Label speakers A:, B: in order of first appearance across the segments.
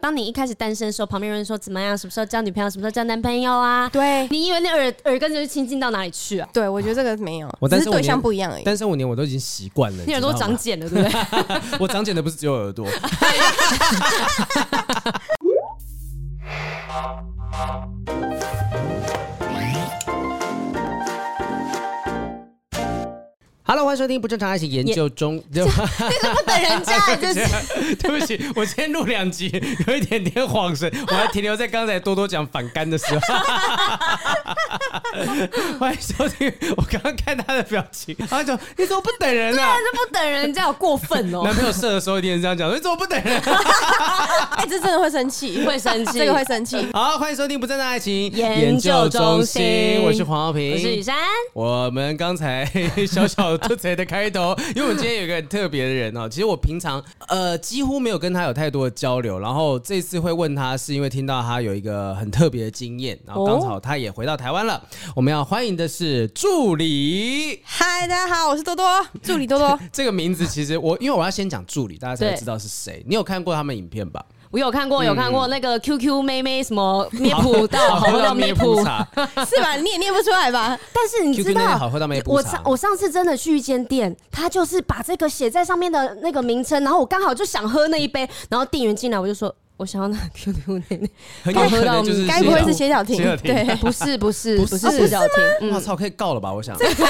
A: 当你一开始单身的时候，旁边有人说怎么样，什么时候交女朋友，什么时候交男朋友啊？
B: 对
A: 你以为那耳耳根子就亲近到哪里去啊？
B: 对，我觉得这个没有，
C: 我
B: 只
C: 单
B: 是
C: 身五
B: 对象
C: 年
B: 不一样而已。
C: 单身五年我都已经习惯了，
A: 你耳朵
C: 知道吗啊
A: 长，茧了，对不对？
C: 我长茧的不是只有耳朵，Hello，欢迎收听不正常爱情研究中。 对 吧
A: 不等人家，真是
C: 对不起，我今天录两集，有一点点恍神，我还停留在刚才多多讲反干的时候。 欢迎收听，我刚刚看他的表情，他就你怎么不等人啊？
A: 真是不等人家，好过分哦！
C: 男朋友射的时候一定是这样讲，你怎么不等人、啊
B: 哎，这真的会生气，
A: 会生气
B: 这个会生气。
C: 好，欢迎收听《不正当爱情
A: 研究中心
C: 我是黄浩平，
A: 我是雨。珊，
C: 我们刚才小小的贼的开头，因为我们今天有一个很特别的人哦。其实我平常呃几乎没有跟他有太多的交流，然后这次会问他，是因为听到他有一个很特别的经验，然后刚好他也回到台湾了。我们要欢迎的是助理。
B: 嗨，大家好，我是多多，助理多多。
C: 这个名字其实我，因为我要先讲助理，大家才会
A: 对
C: 知道是谁。你有看过他们影片吧？
A: 我有看过，有看过那个 QQ 妹妹什么咩普到好喝到咩普，
C: 茶，
B: 是吧？你也念不出来吧？
A: 但是你
C: QQ
A: 知
C: 那
A: 道
C: 个好喝到咩布
A: 我
C: 茶
A: 上我上次真的去一间店，他就是把这个写在上面的那个名称，然后我刚好就想喝那一杯，然后店员进来我就说。我想要那 QQ 那
C: 很有可能就是
B: 该不会是
C: 谢
B: 歇脚亭？
C: 歇脚亭
B: 对，
A: 不是不是哦不
B: 是
A: 是小嗯婷，
C: 导哇操，可以告了吧？我想。
B: 可以， 对，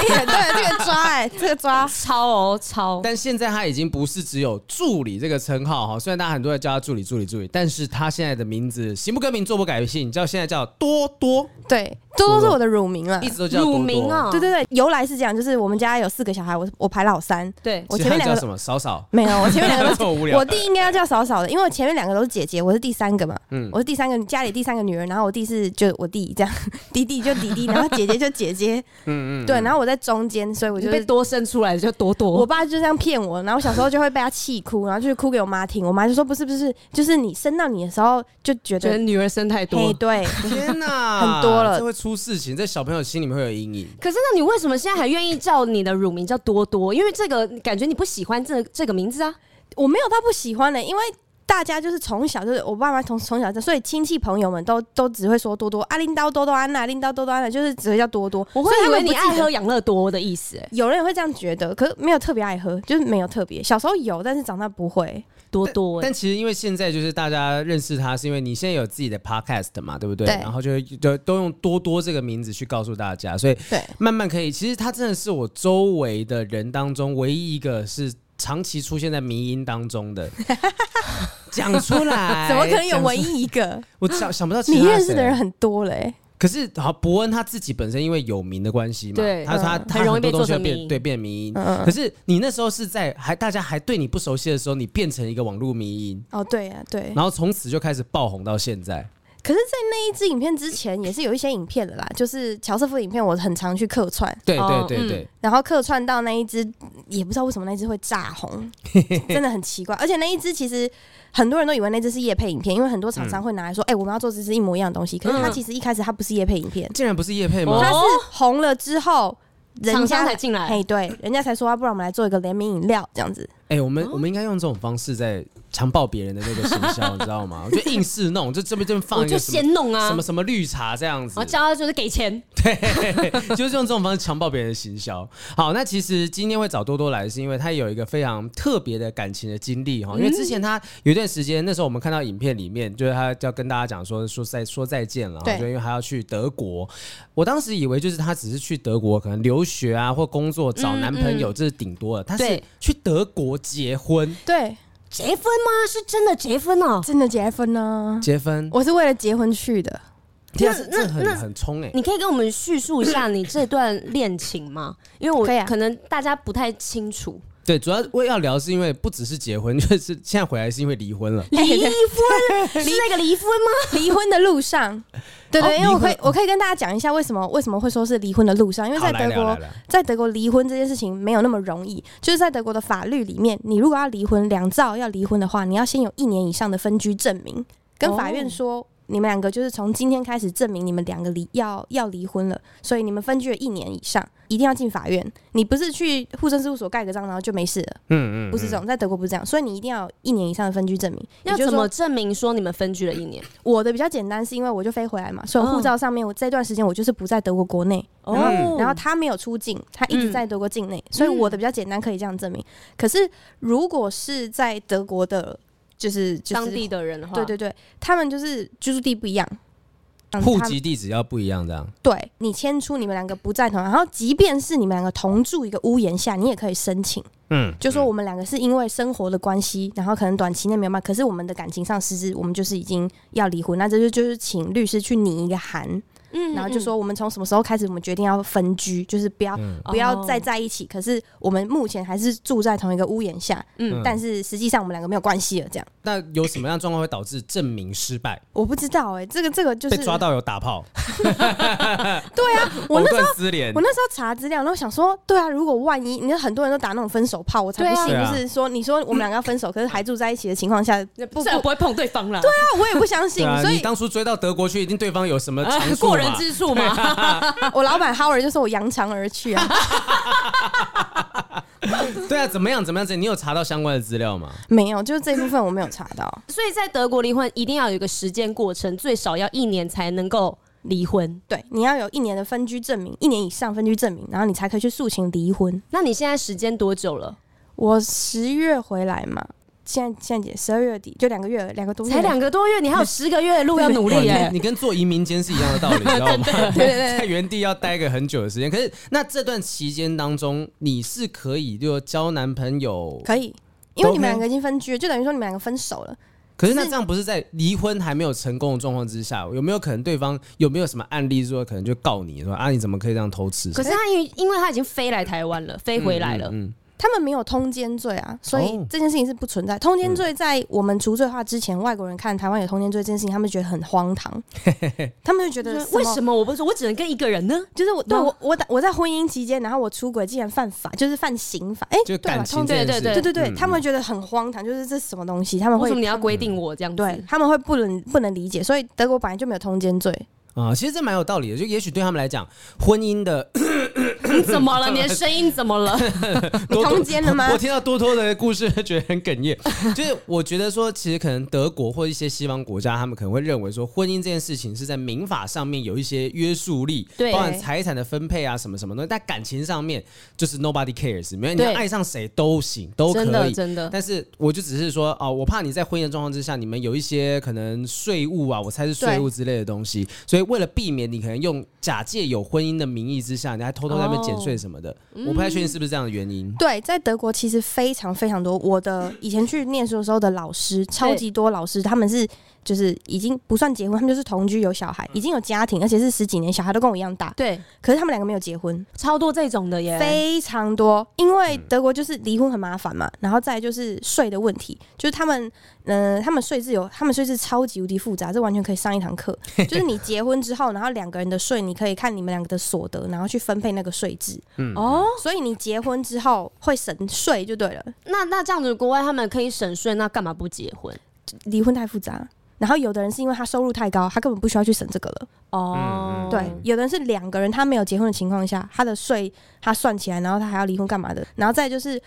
B: 这个抓，哎，这个抓。
A: 超哦超，
C: 但现在他已经不是只有助理这个称号哈，虽然大家很多人叫他助理、助理、助理，但是他现在的名字行不更名，坐不改姓，叫现在叫多多，
B: 对，多多是我的乳名了
C: 一。直都叫多
A: 乳
C: 多。
A: 名哦，
B: 对对对，由来是这样，就是我们家有四个小孩，我我排老三，
A: 对，
B: 我
C: 所以
B: 前面
C: 他
B: 两
C: 叫
B: 个
C: 什么？少少。
B: 没 有，我前面两个都
C: 这么无聊
B: 我弟应该要叫嫂嫂的，因为我前面两个都是姐姐，我是第三个嘛，我是第三个家里第三个女儿，然后我弟是就我弟这样， 弟弟就弟弟，然后姐姐就姐姐，嗯嗯，对，然后我在中间，所以我
A: 你
B: 就
A: 被
B: 是。
A: 多生出来就多
B: 我
A: 多，
B: 爸就这样骗我，然后我小时候就会被他气哭，然后就哭给我妈听，我妈就说不是不是，就是你生到你的时候就
A: 觉
B: 觉
A: 得
B: 得，
A: 女儿生太
B: 嘿
A: 多。
B: 对，
C: 天哪，
B: 很多了
C: 这会出事情，这小朋友心里面会有阴影。
A: 可是那你为什么现在还愿意叫你的乳名叫多多？因为这个感觉你不喜欢这这个名字啊。
B: 我没有到不喜欢的、因为大家就是从小就是我爸妈从从小就，所以亲戚朋友们都都只会说多多阿拎刀多多安娜，拎刀多多安娜，啊就是只会叫多多。
A: 我会
B: 所
A: 以
B: 他
A: 为
B: 们
A: 你
B: 不记
A: 爱
B: 得
A: 喝养乐多的意思、欸，
B: 有人也会这样觉得，可是没有特别爱喝，就是没有特别。小时候有，但是长大不会。
A: 多多、欸
C: 但其实因为现在就是大家认识他，是因为你现在有自己的 podcast 嘛，对不对？
B: 对
C: 然后就会就都用多多这个名字去告诉大家，所以
B: 对
C: 慢慢可以。其实他真的是我周围的人当中唯一一个是长期出现在迷音当中 的。讲出来，
B: 怎么可能有唯
C: 讲出？
B: 一一个？
C: 我想想不到其他
B: 你
C: 谁
B: 认识的人，很多嘞、
C: 可是好伯恩他自己本身因为有名的关系嘛，
A: 对
C: 他他
B: 嗯
C: 他
A: 很容易
C: 多
A: 被
C: 东西
A: 做
C: 会
A: 成迷
C: 变
A: 因
C: 对变迷音。
B: 嗯
C: 可是你那时候是在还大家还对你不熟悉的时候，你变成一个网络迷音。
B: 哦，对啊，对。
C: 然后从此就开始爆红到现在。
B: 可是，在那一支影片之前，也是有一些影片的啦，就是乔瑟夫的影片，我很常去客串，
C: 对
A: 哦
C: 对对
A: 嗯
C: 对，
B: 然后客串到那一支，也不知道为什么那一支会炸红，真的很奇怪。而且那一支其实很多人都以为那支是夜配影片，因为很多厂商会拿来说，哎、我们要做这支一模一样的东西。可是它
A: 嗯
B: 其实一开始它不是夜配影片，
C: 竟然不是叶配
A: 哦
C: 吗？
B: 它是红了之后，人
A: 厂
B: 家
A: 商才进来，
B: 嘿，对，人家才说，啊不然我们来做一个联名饮料这样子。
C: 哎、我
A: 哦
C: 们我们应该用这种方式在强暴别人的那个行销，你知道吗？我就硬是弄，就这边这边放
A: 我
C: 一
A: 就
C: 个什
A: 先
C: 么
A: 弄啊，哦
C: 什么
A: 然
C: 什么绿茶这样子
A: 后，叫他就是给钱，
C: 就是用这种方式强暴别人的行销。好，那其实今天会找多多来，是因为他有一个非常特别的感情的经历哈。因为之
A: 嗯
C: 前他有一段时间，那时候我们看到影片里面，就是他要跟大家讲说说再说再见了哈，
B: 对
C: 就因为他要去德国。我当时以为就是他只是去德国可能留学啊或工作找男朋友，这是顶多的。他
A: 嗯
C: 是
A: 对
C: 去德国结婚，
B: 对，
A: 结婚吗？是真的结婚哦、
B: 真的结婚呢、
C: 结婚，
B: 我是为了结婚去的。
C: 天啊，这这很很冲哎、
A: 你可以跟我们叙述一下你这段恋情吗？因为我
B: 可以啊
A: 可能大家不太清 楚，
C: 对，主要我要聊是因为不只是结婚， 就是现在回来是因为离婚了。
A: 离婚是那个离婚吗？
B: 离婚的路上，对
C: 哦
B: 对，因为我可
C: 离
B: 以我可以跟大家讲一下为什么为什么会说是离婚的路上，因为
C: 好，
B: 在
C: 来
B: 德
C: 聊来
B: 国，
C: 聊。
B: 在德国离婚这件事情没有那么容易，就是在德国的法律里面，你如果要离婚，两造要离婚的话，你要先有一年以上的分居证明，跟法院
A: 哦
B: 说你们两个就是从今天开始证明你们两个离要要离婚了，所以你们分居了一年以上，一定要进法院。你不是去户政事务所盖个章，然后就没事了，
C: 嗯
B: 不是这种，在德国不是这样，所以你一定要有一年以上的分居证明。也
A: 要
B: 就是
A: 怎
B: 说
A: 么，证明说你们分居了一年？
B: 我的比较简单，是因为我就飞回来嘛，所以
A: 嗯
C: 哦
B: 护照上面我这段时间我就是不在德国国内，
A: 哦
C: 嗯
B: 然后他没有出境，他一直
A: 嗯
B: 在德国境内，所以我的比较简单，可以这样证明。可是如果是在德国的，就是就是
A: 当地的人的话，
B: 对对对，他们就是居住地不一样，嗯
C: 户
B: 他
C: 籍地址要不一样，这样
B: 对你迁出你们两个不在同，然后即便是你们两个同住一个屋檐下，你也可以申请，
C: 嗯，
B: 就说我们两个是因为生活的关系，然后可能短期内没有办法，可是我们的感情上实质我们就是已经要离婚，那这就就是请律师去拟一个函，
A: 嗯，嗯
B: 然后就说我们从什么时候开始我们决定要分居，就是不要。
C: 嗯
B: 不要再
A: 哦
B: 在一起，可是我们目前还是住在同一个屋檐下，
A: 嗯
B: 但是实际上我们两个没有关系了。这样
C: 那有什么样的状况会导致证明失败？
B: 我不知道哎、这个这个就是
C: 被抓到有打炮，
B: 对 啊，我
C: 藕
B: 那
C: 断丝连
B: 我。那时候查资料，然后想说，对啊，如果万一，你看很多人都打那种分手炮，我才不信，
C: 对啊
B: 就是说，你说我们两个要分手，可是还住在一起的情况 下，不不，
A: 自然
B: 对
A: 不会碰对方啦。对
B: 啊，我也不相信
C: 对，啊，
B: 所
C: 你
B: 以呃
C: 当初追到德国去，一定对方有什么长处嘛
A: 过人之处 嘛，
B: 我老板 Howard 就说我扬长而去 啊，
C: 对啊，怎么样怎么样？你有查到相关的资料吗？
B: 没有，就是这部分我没有查到
A: 所以在德国离婚一定要有一个时间过程，最少要一年才能够离婚。
B: 对，你要有一年的分居证明，一年以上分居证明，然后你才可以去诉请离婚。
A: 那你现在时间多久了？
B: 我十月回来嘛，现在现在姐十二月底就两个月，两个多月，
A: 才两个多月，你还有十个月的路要努
C: 哇
A: 力
C: 哦你
A: 耶、
C: 你跟做移民监是一样的道理，你知道吗？
B: 对对对
C: 在原地要待个很久的时间。可是那这段期间当中，你是可以就交男朋友，
B: 可以，因为你们
C: OK
B: 两个已经分居了，就等于说你们两个分手了。
C: 可是那
B: 是
C: 这样不是在离婚还没有成功的状况之下，有没有可能对方有没有什么案例说可能就告你说啊你怎么可以这样偷吃？
A: 可是他因为因为他已经飞来台湾了，飞回来了，
C: 嗯，嗯
B: 他们没有通奸罪啊，所以
C: 哦
B: 这件事情是不存在。通奸罪在我们除罪化之前，外国人看台湾有通奸罪这件事情，他们觉得很荒唐， 他们就觉
A: 就
B: 得
A: 是为什
B: 么？
A: 么我不是我只能跟一个人呢？
B: 就是我对
A: 吗
B: 我我打我在婚姻期间，然后我出轨竟然犯法，就是犯刑法，哎、
C: 就
B: 对吧？
C: 感情
B: 通
C: 这件
A: 对
C: 事，
A: 对
B: 对对对，
C: 嗯
B: 他们觉得很荒唐，就是这是什么东西？他们
A: 为
B: 会
A: 什么你要规定我这样子？
B: 对他们会不能不能理解，所以德国本来就没有通奸罪，
C: 啊、其实这蛮有道理的。就也许对他们来讲，婚姻 的
A: 你怎么了？你的声音怎么了？
B: 你
C: 多多
B: 通奸了吗
C: 我？听到多多的故事，觉得很哽咽。 就是我觉得说，其实可能德国或一些西方国家，他们可能会认为说，婚姻这件事情是在民法上面有一些约束力，
A: 对
C: 包含财产的分配啊，什么什么东西。但感情上面就是 nobody cares，没有你
A: 对
C: 爱上谁都行， 都
A: 真
C: 可
A: 的
C: 以。
A: 真的，
C: 但是我就只是说，哦，我怕你在婚姻的状况之下，你们有一些可能税务啊，我猜是税务之类的东西，所以为了避免你可能用假借有婚姻的名义之下，你还偷偷在那边减税什么的，我不太确定是不是这样的原因。
B: 对，在德国其实非常非常多。我的以前去念书的时候的老师，超级多老师，他们是就是已经不算结婚，他们就是同居有小孩，已经有家庭，而且是十几年，小孩都跟我一样大。
A: 对，
B: 可是他们两个没有结婚，
A: 超多这种的耶。
B: 非常多。因为德国就是离婚很麻烦嘛，然后再来就是税的问题，就是他们嗯、呃他们税制有，他们税制超级无敌复杂，这完全可以上一堂课。就是你结婚之后，然后两个人的税，你可以看你们两个的所得，然后去分配那个税制。
A: 哦，
B: 所以你结婚之后会省税就对了。
A: 那那这样子，国外他们可以省税，那干嘛不结婚？
B: 离婚太复杂。然后有的人是因为他收入太高，他根本不需要去省这个了。
A: 哦，
B: 对，有的人是两个人他没有结婚的情况下，他的税他算起来，然后他还要离婚干嘛的？然后再就是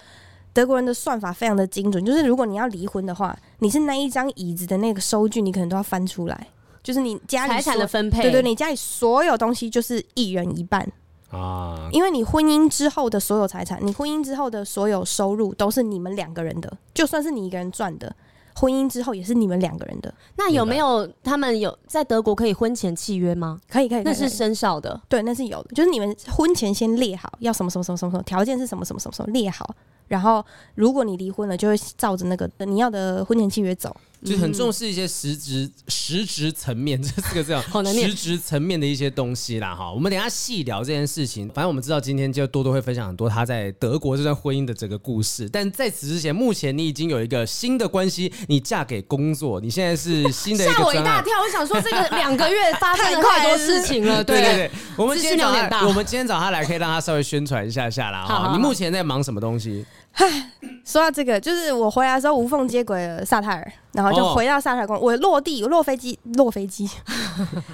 B: 德国人的算法非常的精准，就是如果你要离婚的话，你是那一张椅子的那个收据，你可能都要翻出来，就是你家里
A: 财产
B: 所
A: 的分配，
B: 对对，你家里所有东西就是一人一半，
C: 啊，
B: 因为你婚姻之后的所有财产，你婚姻之后的所有收入都是你们两个人的，就算是你一个人赚的，婚姻之后也是你们两个人的。
A: 那有没有他们有在德国可以婚前契约吗？
B: 可以可以，
A: 那
B: 可以可
A: 是
B: 以
A: 生效的。
B: 对，那是有的，就是你们婚前先列好要什么什么什么什么什么条件是什么什么什么什么列好，然后如果你离婚了，就会照着那个你要的婚前契约走。
A: 嗯
C: 就是很重视一些实质、实质层面， 这四个这样，
A: 好难念
C: 实质层面的一些东西啦。哈，我们等一下细聊这件事情。反正我们知道今天就多多会分享很多他在德国这段婚姻的整个故事。但在此之前，目前你已经有一个新的关系，你嫁给工作，你现在是新的一
A: 吓
C: 个
A: 我一
C: 专
A: 大
C: 案。
A: 跳，我想说这 个两个月发生了
B: 太快
A: 太多
B: 了
A: 事情了，
C: 对对对，我们
A: 资
C: 今
A: 讯
C: 天找
A: 量有点
C: 他，
A: 大
C: 我们今天找他来，可以让他稍微宣传一下下啦。
A: 好好
C: 哈，
A: 好
C: 你目前在忙什么东西？
B: 说到这个，就是我回来的时候无缝接轨了萨泰尔，然后就
C: 哦
B: 回到沙海公，我落地，我落飞 机，落飞机，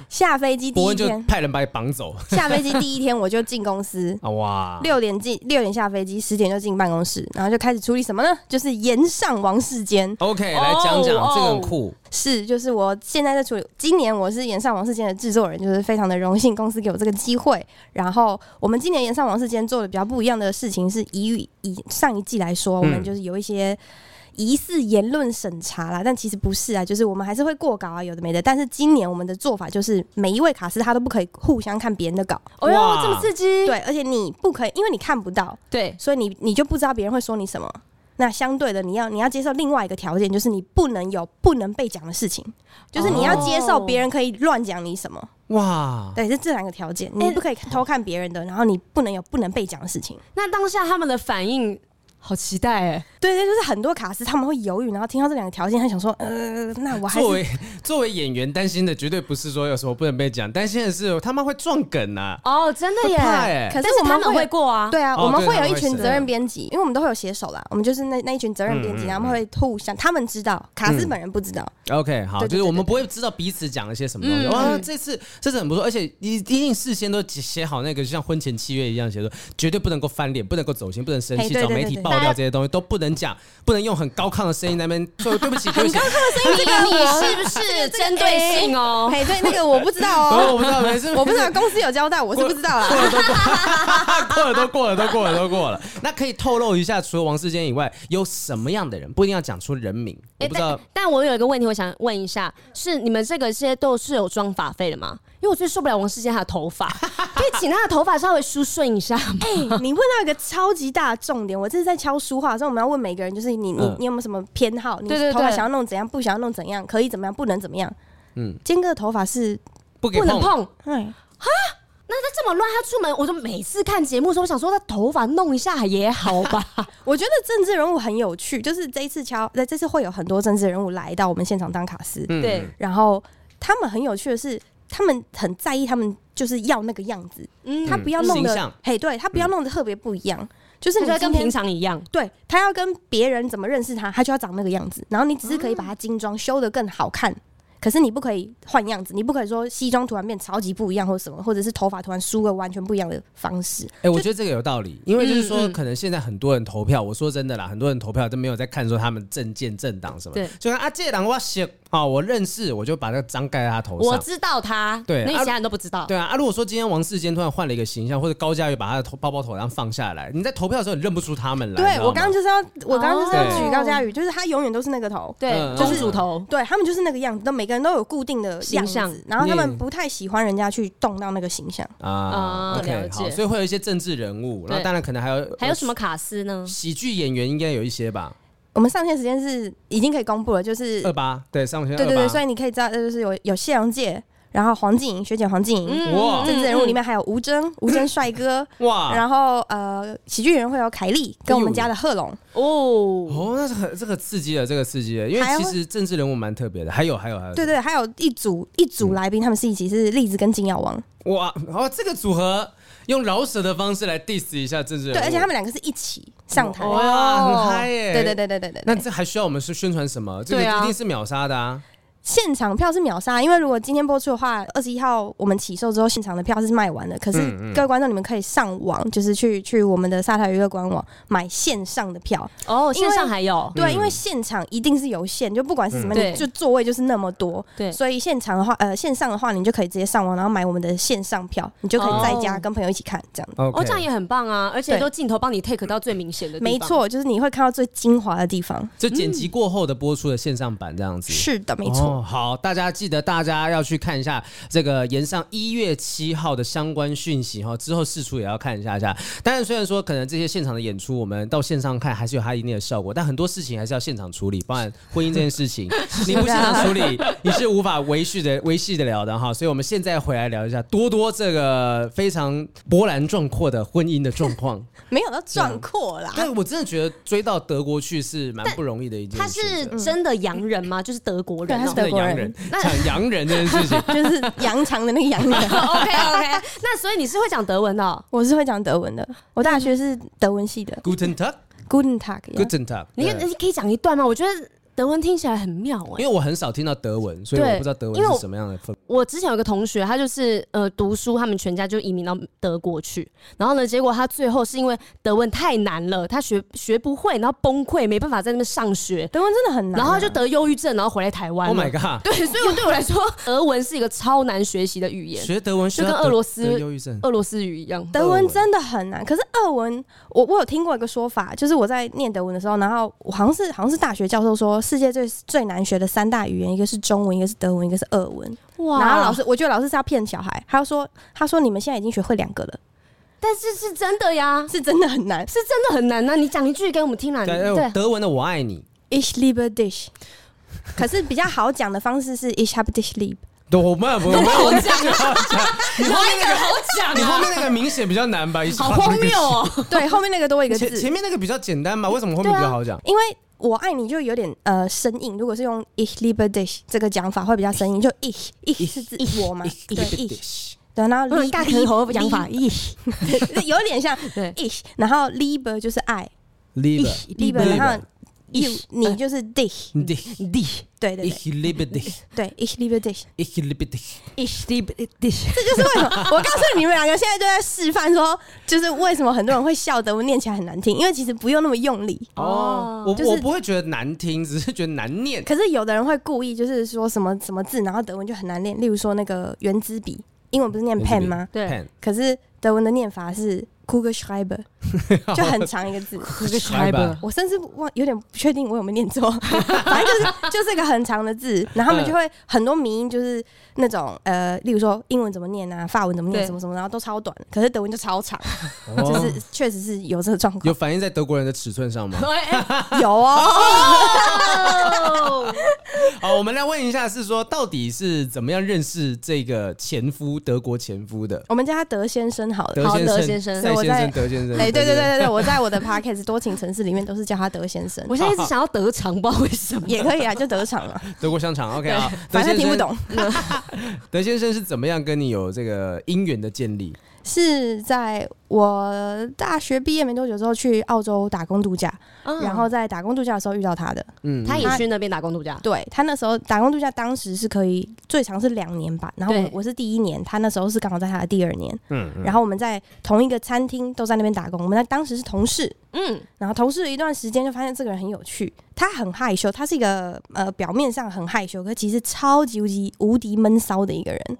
B: 下飞机第
C: 伯
B: 一
C: 恩就
B: 天，
C: 派人把你绑走
B: 下飞机第一天我就进公司，
C: 啊！哇，
B: 六点进，六点下飞机，十点就进办公室，然后就开始处理什么呢？就是延上王世坚，
C: OK，
A: 哦
C: 来讲讲、
A: 哦
C: 这个很酷，
B: 是就是我现在在处理，今年我是延上王世坚的制作人，就是非常的荣幸公司给我这个机会。然后我们今年延上王世坚做的比较不一样的事情是以以上一季来说，我们就是有一些。疑似言论审查啦，但其实不是啊，就是我们还是会过稿啊，有的没的。但是今年我们的做法就是，每一位卡司他都不可以互相看别人的稿，
A: 哦哟，
C: 哇
A: 这么刺激！
B: 对，而且你不可以，因为你看不到，
A: 对，
B: 所以你你就不知道别人会说你什么。那相对的，你要你要接受另外一个条件，就是你不能有不能被讲的事情，就是你要接受
A: 哦
B: 别人可以乱讲你什么。
C: 哇，
B: 对，是这两个条
C: 哦
B: 件，你不可以偷看别人的，然后你不能有不能被讲的事情。
A: 那当下他们的反应好期待哎，
B: 对对，就是很多卡司他们会犹豫，然后听到这两个条件，他想说，呃，那我还是
C: 作为 作为演员担心的绝对不是说有什么不能被讲，担心的是他妈会撞梗啊！
A: 哦，真的
C: 会
A: 耶！
C: 怕哎、
B: 可
A: 但
B: 是
A: 是
B: 我
A: 他
B: 们
A: 们
B: 会
A: 会过啊，
B: 对啊，
C: 哦
B: 我们
C: 对
B: 会
C: 他
B: 有
C: 们
B: 一
C: 会
B: 群
C: 审
B: 责任编辑，因为我们都会有写手啦，我们就是那那一群责任编辑，
C: 嗯嗯嗯
B: 然后我们会互相，他们知道，卡司本人不知道，
C: OK，好，
B: 对对
C: 就是我们不会知道彼此讲了些什么东西。
A: 嗯
C: 哇，
B: 嗯
C: 这次这次很不错，而且一一定事先都写好那个，就像婚前契约一样写说，绝对不能够翻脸，不能够走心，不能生
B: 嘿
C: 气，
B: 对
C: 找
B: 对
C: 媒
B: 对
C: 体
B: 对
C: 爆料这些东西都不能讲，不能用很高亢的声音在那边 说对不起，对不起。
A: 所以你你是不 是针对性哦？
B: 嘿，对，那个我不知道
C: 哦
B: 哦，
C: 我不知道，没事，
B: 我不知道公司有交代，我是不知道啦。
C: 过了都过了都过了都过了。那可以透露一下，除了王世坚以外，有什么样的人？不一定要讲出人名，我
A: 哎，
C: 不知道
A: 但。但我有一个问题，我想问一下，是你们这个些都是有装发费的吗？因为我最受不了王世坚他的头 发，可以请他的头发稍微梳顺一下吗。
B: 你问到一个超级大的重点，我这是在敲书画的时候，我们要问每个人，就是你你
C: 嗯
B: 你有没有什么偏好？你
A: 对对对
B: 头发想要弄怎样，不想要弄怎样，可以怎么样，不能怎么样。
C: 嗯
B: 嗯，坚哥的头发是，
C: 不给
A: 不能
C: 碰。
A: 碰。
B: 哎，
A: 那他这么乱，他出门我就每次看节目的时候，我想说他头发弄一下也好吧。
B: 我觉得政治人物很有趣，就是这一次敲，呃，这次会有很多政治人物来到我们现场当卡司，
C: 嗯
A: 对，
B: 然后他们很有趣的是，他们很在意，他们就是要那个样子，
A: 嗯，
B: 他不要弄
C: 形象
B: 的，嘿，对他不要弄得特别不一样，嗯就是
A: 这
B: 你
A: 就跟
B: 今天
A: 平常一样。
B: 对他要跟别人怎么认识他，他就要长那个样子。然后你只是可以把
A: 嗯
B: 他精装修的更好看，可是你不可以换样子，你不可以说西装突然变超级不一样或者什么，或者是头发突然梳个完全不一样的方式。
C: 哎、我觉得这个有道理，因为就是说，
A: 嗯嗯
C: 可能现在很多人投票，我说真的啦，很多人投票都没有在看说他们政见、政党什么
A: 对，
C: 就看啊，这党我写啊，我认识，我就把那个章盖在他头
A: 我
C: 上。
A: 知道他，
C: 对
A: 那
C: 啊
A: 其他人都不知道。
C: 对啊，啊，如果说今天王世坚突然换了一个形象，或者高嘉瑜把他的头包包头上放下来，你在投票的时候你认不出他们来。你
B: 对
C: 知道吗
B: 我刚刚就是要，我刚刚就是要
C: 哦
B: 举高佳宇，就是他永远都是那个头。
A: 对
C: 嗯
A: 公
C: 嗯
A: 主头。
B: 对他们就是那个样子，都每个人都有固定的
A: 形
B: 样
A: 象
B: 子，然后他
C: 你
B: 们不太喜欢人家去动到那个形象。
C: 啊
A: 啊了
C: ，OK，
A: 解
C: 好，所以会有一些政治人物，然后
A: 对
C: 当然可能还有
A: 还有什么卡斯呢？
C: 喜剧演员，应该有一些吧，
B: 我们上线时间是已经可以公布了，就是
C: 二八对上线
B: 对对对，所
C: 以
B: 以你可以知道，呃就是有有谢荣介，然后黄静莹学姐黄静莹，
C: 哇
B: 政治人物里面还有吴 峥，吴峥帅哥，
C: 哇
B: 然后呃，喜剧演员会有凯
C: 哎
B: 莉跟我们家的贺龙，
A: 哦，
C: 哦，那是很这个刺激了，这个刺激了，因为
B: 还
C: 其
B: 会
C: 实政治人物蛮特别的，还有还有还有，
B: 对对，还有一组一组来宾，他们是一起是栗子跟金耀王，
C: 哇，哦，这个组合用饶舌的方式来 diss 一下政治人物，
B: 对，而且他们两个是一起上台，
C: 哇，很嗨耶，
B: 对对。对对对对
C: 哦那
B: 对，
C: 这还需要我们是宣传什么？这个
A: 对啊
C: 一定是秒杀的啊！
B: 现场票是秒杀，因为如果今天播出的话，二十一号我们起售之后，现场的票是卖完的。可是
C: 嗯
B: 各位观众，你们可以上网，就是去去我们的沙台娱乐官网买线上的票，
A: 哦，
B: 因为
A: 线上还有，
B: 对，因为现场一定是有限，就不管是什
A: 嗯
B: 么，
A: 对
B: 你就座位就是那么多。
A: 对
B: 所以现场的话，呃，线上的话，你就可以直接上网，然后买我们的线上票，你就可以在家
A: 哦
B: 跟朋友一起看，这样。
A: 哦，
C: OK
A: 这样也很棒啊，而且
B: 对
A: 都镜头帮你 take 到最明显的地方。
B: 没，错，就是你会看到最精华的地方。
C: 就剪辑过后的播出的线上版这样子。
B: 是的，没错。
C: 哦好，大家记得大家要去看一下这个延上一月七号的相关讯息哈，之后试出也要看一下下。当然，虽然说可能这些现场的演出我们到线上看还是有它一定的效果，但很多事情还是要现场处理，包含婚姻这件 事情，你不现场处理你是无法维续的维系得了的哈。所以我们现在回来聊一下多多这个非常波澜壮阔的婚姻的状 况。
B: 没有到壮阔啦。
C: 但我真的觉得追到德国去是蛮不容易的一件事。
A: 他是真的洋人吗？就是德国人
B: 嗯对他
A: 哦
B: 是。德国
C: 洋
B: 人
C: 人，讲洋人这件事情。
B: 就是羊肠的那个羊 肠，
A: OK OK，那所以你是会讲德文的哦，
B: 我是会讲德文的，我大学是德文系的
C: Guten Tag。
B: ，Guten Tag，呀
C: Guten Tag，
A: 你
C: 对
A: 你可以讲一段吗？我觉得德文听起来很妙哎、
C: 因为我很少听到德文，所以
A: 对
C: 我不知道德
A: 因为
C: 文
A: 我
C: 是什么样的氛。
A: 我之前有个同学，他就是呃读书，他们全家就移民到德国去，然后呢，结果他最后是因为德文太难了，他学学不会，然后崩溃，没办法在那边上学，
B: 德文真的很难啊、
A: 然后他就得忧郁症，然后回来台湾了。
C: Oh my god！
A: 对，所以我对我来说，德文是一个超难学习的语言，
C: 学德文学
A: 就跟
C: 到德
A: 俄罗斯
C: 得忧郁症，
A: 俄罗斯语一样。
B: 德文真的很难，可是俄文，我我有听过一个说法，就是我在念德文的时候，然后我好像是好像是大学教授说，世界最最难学的三大语言，一个是中文，一个是德文，一个是俄文。
A: 哇
B: 然后老师，我觉得老师是要骗小孩，他说他说你们现在已经学会两个了，
A: 但是是真的呀，
B: 是真的很难。
A: 是真的很难啊呐、你讲一句给我们听啦。
C: 对哎
A: 对
C: 呦，德文的我爱你，
B: Ich liebe dich，可是比较好讲的方式是 Ich habe dich lieb。
C: 对我们哎我们
A: 好讲啊，
C: 你后面那个
A: 好讲
C: 你后
A: 啊，
C: 面那个明显比较难吧？一下
A: 好荒谬哦、
B: 对，后面那个多一 个字啊
C: 前，前面那个比较简单吧？为什么后面
A: 啊
C: 比较好讲？
B: 因为我爱你就有点呃生硬，如果是用 Ich liebe dich 这个讲法会比较生硬，就 Ich Ich 是指我嘛，对
A: 啊
B: Ich，对，然后
A: 有点
B: lieb-
A: 嗯大舌头的讲 法
B: lieb-有 点像
A: 对
B: Ich，然后 liebe 就是爱
C: Liebe
B: Ich liebe，然后 you 你就是 dich，
C: dich
A: dich
B: 对对对
C: ich liebe dich
B: 对，Ich liebe dich，
C: ich liebe dich，
A: ich liebe dich。
B: 这就是为什么 我告诉你们两个现在就在示范说，就是为什么很多人会笑得我念起来很难听，因为其实不用那么用力。
A: 哦
C: 我
B: 就是
C: 我不会觉得难听，只是觉得难念。
B: 可是有的人会故意就是说什么什么字，然后德文就很难念，例如说那个圆珠笔，英文不是念
C: 圆珠
B: pen
C: 笔
B: 吗？
A: 对
C: Pen
B: 可是德文的念法是 Kugelschreiber，就 很长一个字。
C: Kugelschreiber
B: 我甚至忘有点不确定我有没有念错， 反正就是就是一个很长的字，然后他们就会很多迷音，就是那种呃，例如说英文怎么念啊，法文怎么念，
A: 对
B: 什么什么，然后都超短，可是德文就超长，
C: 哦
B: 就是确实是有这个状
C: 有
B: 况，
C: 反映在德国人的尺寸上吗？
B: 有哦，
C: 好，我们来问一下，是说到底是怎么样认识这个前夫德国前夫的？
B: 我们叫他德先生好了。
C: 德
A: 好
C: 先
A: 德
C: 生、
A: 先生
C: 赛
B: 我
C: 先
B: 在
C: 生、德先生，
B: 哎，对对对
C: 德先生
B: 对对，我在我的 podcast 多情城市里面都是叫他德先 生，
A: 我现在一直想要得偿，不知道为什 么。
B: 也可以啊，就德场嘛，
C: 德国香肠。OK 啊，德
B: 反正
C: 先
B: 听不
C: 生，
B: 懂。
C: 德先生是怎么样跟你有这个姻缘的建立？
B: 是在我大学毕业没多久之后去澳洲打工度假，
A: 嗯
B: 然后在打工度假的时候遇到他的。
C: 嗯，
A: 他也去那边打工度假，
B: 对他那时候打工度假，当时是可以最长是两年吧，然后我
A: 对
B: 我是第一年，他那时候是刚好在他的第二年，
C: 嗯，嗯
B: 然后我们在同一个餐厅都在那边打工，我们在当时是同事，
A: 嗯，
B: 然后同事了一段时间就发现这个人很有趣，他很害羞，他是一个呃表面上很害羞，可其实超级无敌无敌闷骚的一个人。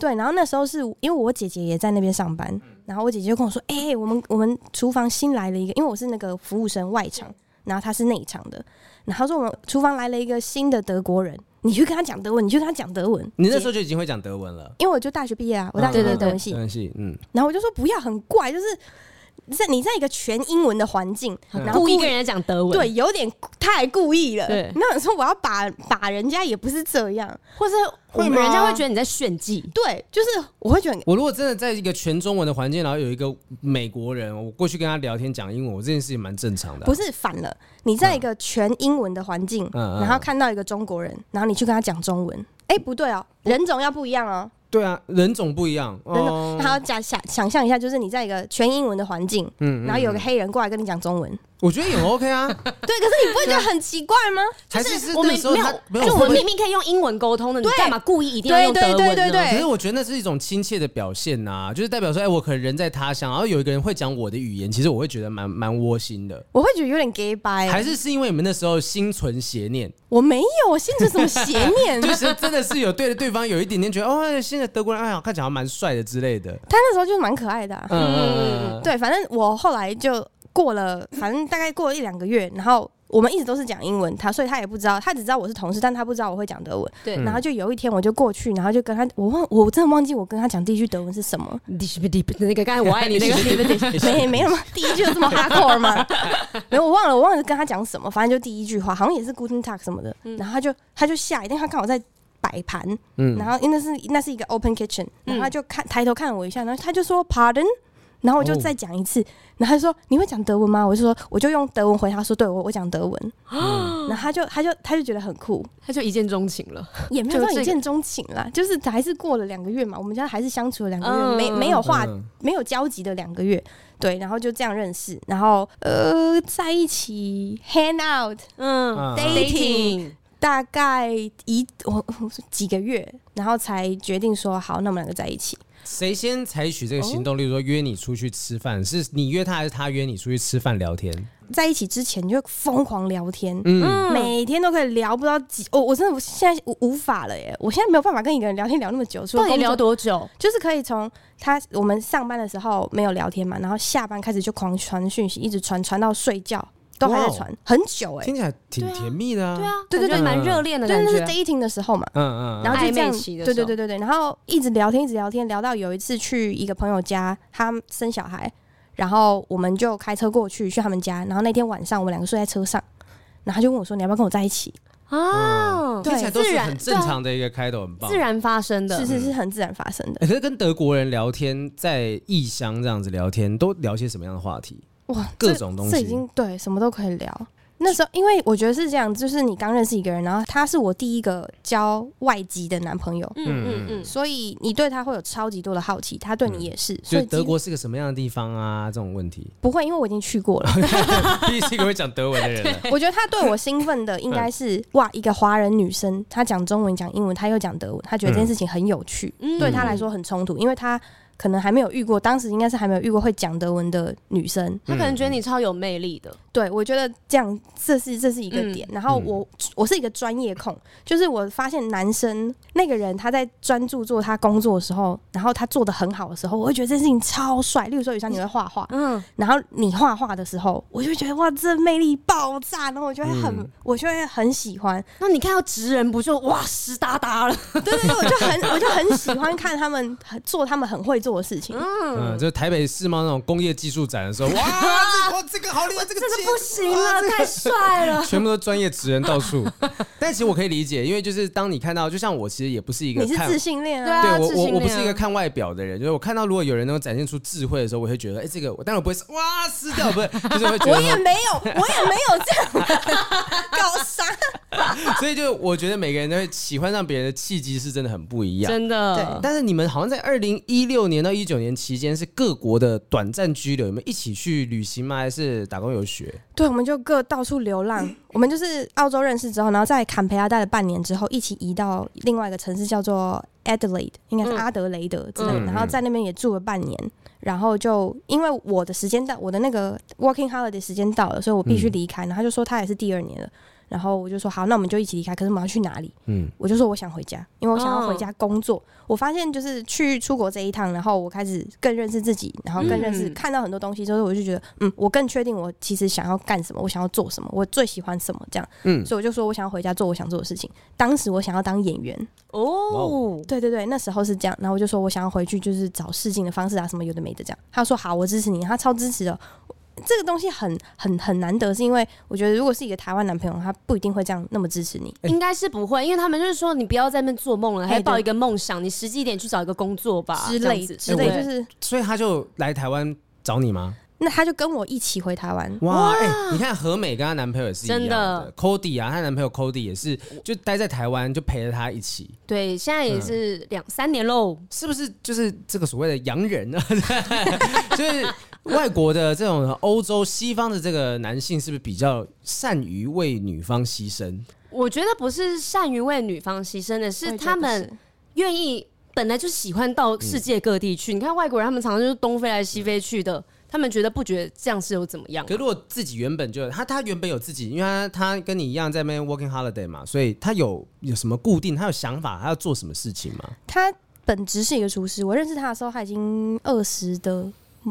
B: 对，然后那时候是因为我姐姐也在那边上班，然后我姐姐就跟我说：“哎、我们我们厨房新来了一个，因为我是那个服务生外场，然后他是内场的，然后她说我们厨房来了一个新的德国人，你去跟他讲德文，你去跟他讲德文。”
C: 你那时候就已经会讲德文了。
B: 因为我就大学毕业啊，我
A: 嗯
B: 大学毕业
A: 对对
B: 德文
A: 对
B: 系，
C: 关系，嗯，
B: 然后我就说不要，很怪，就是在你在一个全英文的环境，
C: 嗯
B: 然后
A: 故
B: 故
A: 意
B: 意
A: 跟人家讲德文，，
B: 对，有点太故意了。
A: 对
B: 那你说我要把把人家也不是这样，
A: 或是
C: 会吗
A: 人家会觉得你在炫技。
B: 对，就是我会觉得
C: 我如果真的在一个全中文的环境，然后有一个美国人，我过去跟他聊天讲英文，我这件事情蛮正常的啊、
B: 不是反了。你在一个全英文的环境，
C: 嗯嗯
B: 然后看到一个中国人，然后你去跟他讲中文，哎、不对哦，人种要不一样哦。
C: 对啊，人种不一样，
B: 人种，
C: 哦，
B: 然后假想想象一下，就是你在一个全英文的环境，
C: 嗯
B: 然后有个黑人过来跟你讲中文，
C: 我觉得也很 OK 啊，
B: 对，可是你不会觉得很奇怪吗？
C: 还是是
A: 我们
C: 那时候他
A: 没
C: 没
A: 有，
C: 有
A: 就我们
C: 会不会
A: 明明可以用英文沟通的，你
B: 对
A: 干嘛故意一定要用德文呢？
B: 对对对对对
C: 可是我觉得那是一种亲切的表现呐、就是代表说，哎、我可能人在他乡，然后有一个人会讲我的语言，其实我会觉得蛮蛮窝心的。
B: 我会觉得有点 gay 白、
C: 还是是因为你们那时候心存邪念，
B: 我没有，我心存什么邪 念？
C: 就是真的是有对着对方有一点点觉得，哦，现在德国人哎呀看起来好像蛮帅的之类的。
B: 他那时候就是蛮可爱的、啊，
C: 嗯，
B: 对，反正我后来就过了，反正大概过了一两个月，然后我们一直都是讲英文，他所以他也不知道，他只知道我是同事，但他不知道我会讲德文。
A: 对
B: 然后就有一天我就过去，然后就跟他，我忘我真的忘记我跟他讲第一句德文是什么，
A: 你是不是那个刚才我爱你那个？
B: 没没那么第一句有这么 hardcore 吗？ 没有，我忘了，我忘了跟他讲什么，反正就第一句话，好像也是 Guten Tag 什么的，然后他就他就吓一跳，因为他看我在。摆盘，嗯
C: 嗯
B: 然后因为那是那是一个 open kitchen，然后他就看抬头看了我一下，然后他就说 pardon，然后我就
C: 哦
B: 再讲一次，然后他说你会讲德文吗？我就说我就用德文回他说，对我我讲德文，然后他就他就他就觉得很酷，
A: 他就一见钟情了。
B: 也没有
A: 就
B: 到
A: 这
B: 一
A: 个
B: 见钟情啦，就是还是过了两个月嘛，我们家还是相处了两个月，
A: 嗯
B: 没没有话
C: 嗯
B: 没有交集的两个月，对，然后就这样认识，然后呃在一起 hang out
A: 嗯
C: 啊
B: dating 大概一我我几个月，然后才决定说好，那我们两个在一起。
C: 谁先采取这个行动？例如说约你出去吃饭，是你约他还是他约你出去吃饭聊天？
B: 在一起之前就疯狂聊天，
C: 嗯，
B: 每天都可以聊不知道几，哦我、我真的我现在无无法了耶！我现在没有办法跟一个人聊天聊那么久，除了
A: 到底
B: 工作
A: 聊多久？
B: 就是可以从他我们上班的时候没有聊天嘛，然后下班开始就狂传讯息，一直传传到睡觉都还在
A: 哦
B: 传，很久哎、
C: 听起来挺甜蜜的啊。
A: 对，啊，
B: 对对
A: 感觉
C: 对
A: 蛮热恋的
B: 对，
A: 感
B: 那是
A: 觉。
B: dating 的时候嘛。
C: 嗯嗯，
B: 然后就这样，
A: 暧昧期的时
B: 对
A: 候
B: 对对对对，然后一直聊天，一直聊天，聊到有一次去一个朋友家，他生小孩，然后我们就开车过去去他们家，然后那天晚上我们两个睡在车上，然后他就问我说你要不要跟我在一起？
A: 啊，
C: 听起来都
A: 自
C: 是
A: 然
C: 很正常的一个开头，很棒。
A: 自然发生的
B: 是。是是很自然发生的。
C: 欸可是跟德国人聊天，在异乡这样子聊天，都聊些什么样的话题？
B: 哇，
C: 各
B: 这
C: 种东
B: 这
C: 西
B: 已经对什么都可以聊。那时候，因为我觉得是这样，就是你刚认识一个人，然后他是我第一个交外籍的男朋友，
A: 嗯嗯嗯，
B: 所以你对他会有超级多的好奇，他对你也是，所
C: 就
B: 以
C: 德
B: 几，
C: 国是个什么样的地方啊？这种问题
B: 不会，因为我已经去过了。
C: 第一是一个会讲德文的人了。
B: 我觉得他对我兴奋的应该是哇，一个华人女生，她讲中文、讲英文，她又讲德文，她觉得这件事情很有趣，
A: 嗯
B: 对她来，说很冲突，因为她可能还没有遇过，当时应该是还没有遇过会讲德文的女生。
A: 他可能觉得你超有魅力的。
B: 对，我觉得这样这是这是一个点。然后我我是一个专业控，就是我发现男生那个人他在专注做他工作的时候，然后他做的很好的时候，我会觉得这件事情超帅。例如说，雨珊你会画画，
A: 嗯，
B: 然后你画画的时候，我就觉得哇，这魅力爆炸，然后我就会很，
C: 嗯
B: 我就会很喜欢。
A: 那你看到直人不就哇湿哒哒了？
B: 对对对，我就很，我就很喜欢看他们 很做他们很会做的事情。
C: 嗯，就台北世贸那种工业技术展的时候，哇，这哇这个好厉害，这 个
A: 这个
C: 技
A: 不行了，太帅 了。
C: 全部都专业职人到处。但其实我可以理解，因为就是当你看到，就像我其实也不是一个
B: 你是
C: 看
B: 自信恋
A: 对
B: 啊，
A: 啊，
C: 对我
A: 自
C: 我
A: 信
C: 我不是
A: 恋
C: 一个看外表的人，就是我看到如果有人能够展现出智慧的时候，我会觉得，哎、这个我当然不会是哇撕掉，不是，就是会觉
B: 我
C: 得
B: 也
C: 说，
B: 没有，我也没有这样搞啥。
C: 所以就我觉得每个人都会喜欢上别人的契机是真的很不一样。
A: 真的
B: 对。
C: 但是你们好像在二零一六年到一九年期间是各国的短暂居留，有没有一起去旅行吗？还是打工游学？
B: 对，我们就各到处流浪。我们就是澳洲认识之后，然后在坎培拉待了半年之后，一起移到另外一个城市叫做 Adelaide，应该是
A: 嗯
B: 阿德雷德之类的。
C: 嗯
B: 然后在那边也住了半年。然后就因为我的时间到，我的那个 working holiday 时间到了，所以我必须离开。然后他就说他也是第二年了。然后我就说好，那我们就一起离开。可是我们要去哪里？
C: 嗯，
B: 我就说我想回家，因为我想要
A: 嗯
B: 回家工作。我发现就是去出国这一趟，然后我开始更认识自己，然后更认识、
A: 嗯
B: 看到很多东西之后，我就觉得，嗯，我更确定我其实想要干什么，我想要做什么，我最喜欢什么这样。
C: 嗯
B: 所以我就说我想要回家做我想做的事情。当时我想要当演员，
A: 哦，
B: 对对对，那时候是这样。然后我就说我想要回去，就是找试镜的方式啊，什么有的没的这样。他说好，我支持你，他超支持的。这个东西很很很难得，是因为我觉得如果是一个台湾男朋友，他不一定会这样那么支持你。
A: 应该是不会，因为他们就是说你不要在那边做梦了，
B: 哎
A: 还抱一个梦想，你实际一点去找一个工作吧
B: 之
A: 啊这
B: 类
A: 样子
B: 之类，
A: 对
B: 就是
C: 所以他就来台湾找你吗？
B: 那他就跟我一起回台湾。
C: 哇，哎、你看何美跟她男朋友也是一样
A: 真的
C: c o d y 啊，她男朋友 Cody 也是，就待在台湾就陪着她一起，
A: 对，现在也是两三年喽。
C: 是不是就是这个所谓的洋人呢？ 就是外国的这种欧洲西方的这个男性，是不是比较善于为女方牺牲？
A: 我觉得不是善于为女方牺牲的，
B: 我也
A: 是
B: 觉得
A: 他
B: 不
A: 们
B: 是
A: 愿意本来就喜欢到世界各地去。你看外国人，他们常常就是东飞来西飞去的，他们觉得不觉得这样是有怎么样
C: 可？是如果自己原本就他他原本有自己，因为他他跟你一样在那边 working holiday 嘛，所以他有有什么固定，他有想法，他要做什么事情吗？
B: 他本职是一个厨师，我认识他的时候他已经二十的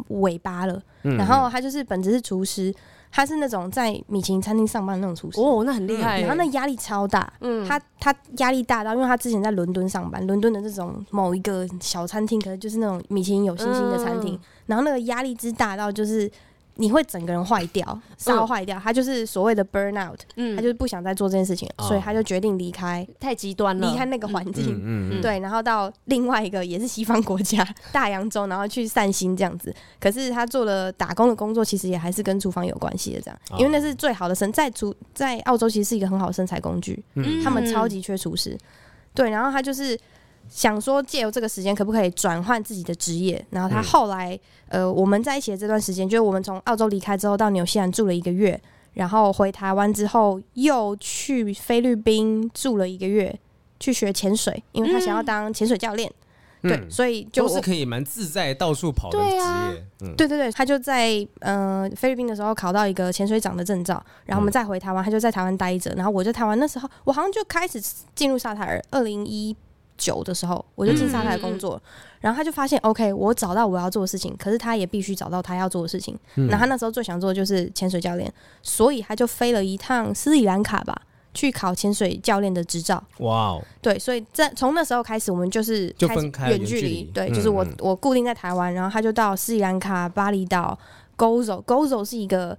B: 尾巴了，然后他就是本职是厨师，他是那种在米其林餐厅上班的那种厨师。
A: 哦，那很厉害欸、
B: 然嗯后那压力超大，嗯，他他压力大到，因为他之前在伦敦上班，伦敦的这种某一嗯个小餐厅，可能就是那种米其林有星星的餐厅，然后那个压力之大到，就是你会整个人坏掉，烧坏掉。他就是所谓的 burn out，
A: 嗯，
B: 他就是不想再做这件事情，
C: 哦
B: 所以他就决定离开，
A: 太极端了，
B: 离开那个环境。
C: 嗯
A: 嗯
B: 对，然后到另外一个也是西方国家 大洋洲，然后去散心这样子。可是他做了打工的工作，其实也还是跟厨房有关系的，这样，
C: 哦
B: 因为那是最好的身在厨在澳洲其实是一个很好的身材工具，
A: 嗯
B: 他们超级缺厨师。对，然后他就是想说借由这个时间，可不可以转换自己的职业？然后他
C: 嗯
B: 后来，呃，我们在一起的这段时间，就是我们从澳洲离开之后到纽西兰住了一个月，然后回台湾之后又去菲律宾住了一个月，去学潜水，因为他想要
A: 嗯
B: 当潜水教练。对，
C: 嗯，
B: 所以就
C: 都
B: 我
C: 是可以蛮自在到处跑的职
A: 对啊
C: 业。嗯，
B: 对对对，他就在呃菲律宾的时候考到一个潜水长的证照，然后我们再回台湾，他就在台湾待着，然后我就台湾那时候，我好像就开始进入沙塔尔，二零一九的时候我就进沙塔尔工作，然后他就发现 OK，我找到我要做的事情，可是他也必须找到他要做的事情，
C: 嗯
B: 那他那时候最想做的就是潜水教练，所以他就飞了一趟斯里兰卡吧。去考潜水教练的执照，
C: 哇哦，
B: 对，所以在从那时候开始，我们就是
C: 就
B: 开始
C: 分开了
B: 远距
C: 远距
B: 离
C: 离，
B: 对，
C: 嗯
B: 就是我
C: 嗯
B: 我固定在台湾，然后他就到斯里兰卡、巴厘岛、Gozo。Gozo 是一个，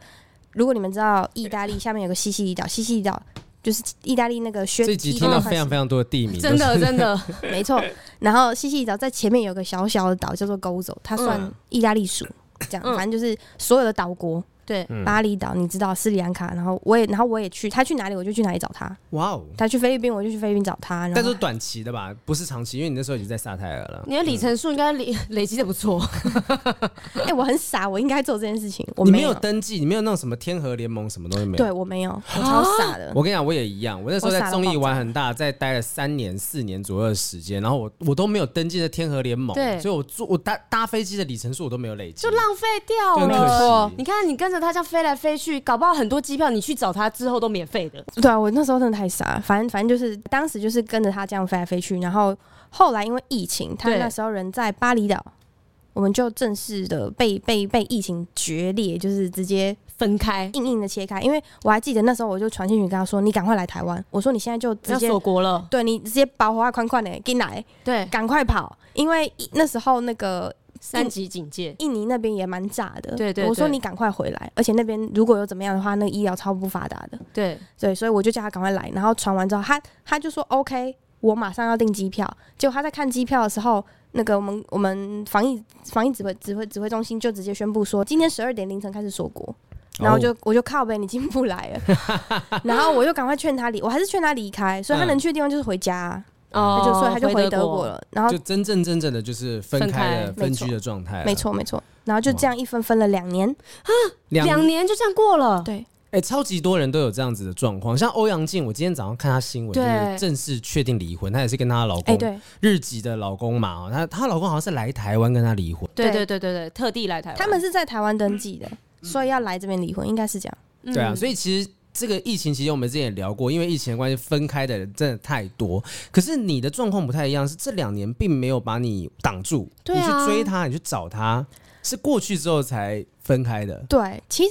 B: 如果你们知道意大利下面有个西西里岛，西西里岛就是意大利那个宣
C: 这集听到非常非常多的地名，
A: 真的真 的，
B: 没错。然后西西里岛在前面有个小小的岛叫做 Gozo，它算
C: 嗯
B: 意大利属，这样
A: 嗯
B: 反正就是所有的岛国，
A: 对，
C: 嗯
B: 巴厘岛你知道，斯里兰卡，然后我也然后我也去，他去哪里我就去哪里找他，
C: 哇哦。
B: 他去菲律宾我就去菲律宾找他，然
C: 但
B: 后
C: 是短期的吧，不是长期，因为你那时候已经在萨泰尔了。
A: 你的里程数应该累 累积的不 错，
B: 哎、我很傻，我应该做这件事情，我
C: 你
B: 没
C: 没有登记，你没有那种什么天河联盟什么东西没有。啊
B: 对，我没有，我超傻的。
C: 我跟你讲，我也一样。我那时候
B: 我
C: 在
B: 傻到
C: 综艺
B: 爆
C: 玩很大，在待了三年、四年左右的时间，然后我我都没有登记的天河联盟，
A: 对
C: 所以我坐我搭搭飞机的里程数我都没有累积，
A: 就浪费掉
C: 很
A: 了。
C: 可惜。
A: 你看，你跟着他这样飞来飞去，搞不好很多机票你去找他之后都免费的。
B: 对啊，我那时候真的太傻了，反正反正就是当时就是跟着他这样飞来飞去，然后后来因为疫情，他
A: 对
B: 那时候人在巴厘岛，我们就正式的被被被疫情决裂，就是直接
A: 分开，
B: 硬硬的切开。因为我还记得那时候我就传讯息跟他说：“你赶快来台湾！”我说：“你现在就直
A: 要
B: 接
A: 锁国了。
B: 对你直接把花款款的给来，
A: 对，
B: 赶快跑！”因为一那时候那个
A: 三级警戒。
B: 印尼那边也蛮炸的，
A: 对对
B: 我说
A: 对
B: 你赶快回来，而且那边如果有怎么样的话，那个医疗超不发达的。
A: 对，
B: 对，所以我就叫他赶快来，然后传完之后，他他就说 OK，我马上要订机票。结果他在看机票的时候，那个我们我们防疫防疫指挥指挥指挥中心就直接宣布说，今天十二点凌晨开始锁国。然
C: 哦
B: 后我就、我就靠呗，你进不来了。然后我就赶快劝他离，我还是劝他离开，所以他
C: 嗯
B: 能去的地方就是回家啊、
A: 哦
B: 他就所以他就回德国
A: 国。
B: 了。然后
C: 就哎真正真正的就是分开的
A: 分
B: 开
C: 分居的状态，
B: 没，错没错，然后就这样一分分了两年。
A: 两年就这样过了。
B: 对，
C: 哎、超级多人都有这样子的状况，像欧阳靖，我今天早上看她新闻，就
A: 对
C: 是正式确定离婚，她也是跟她老
B: 哎、
C: 公、
B: 对
C: 日籍的老公嘛，哦她她老公好像是来台湾跟她离婚，
A: 对对
B: 对
A: 对对对，特地来台湾。
B: 他们是在台湾登记的，所以要来这边离婚，应该是这样。
A: 嗯
C: 对啊，所以其实这个疫情期间我们之前也聊过，因为疫情的关系分开的人真的太多。可是你的状况不太一样，是这两年并没有把你挡住，
A: 对啊
C: 你去追他，你去找他，是过去之后才分开的。
B: 对，其实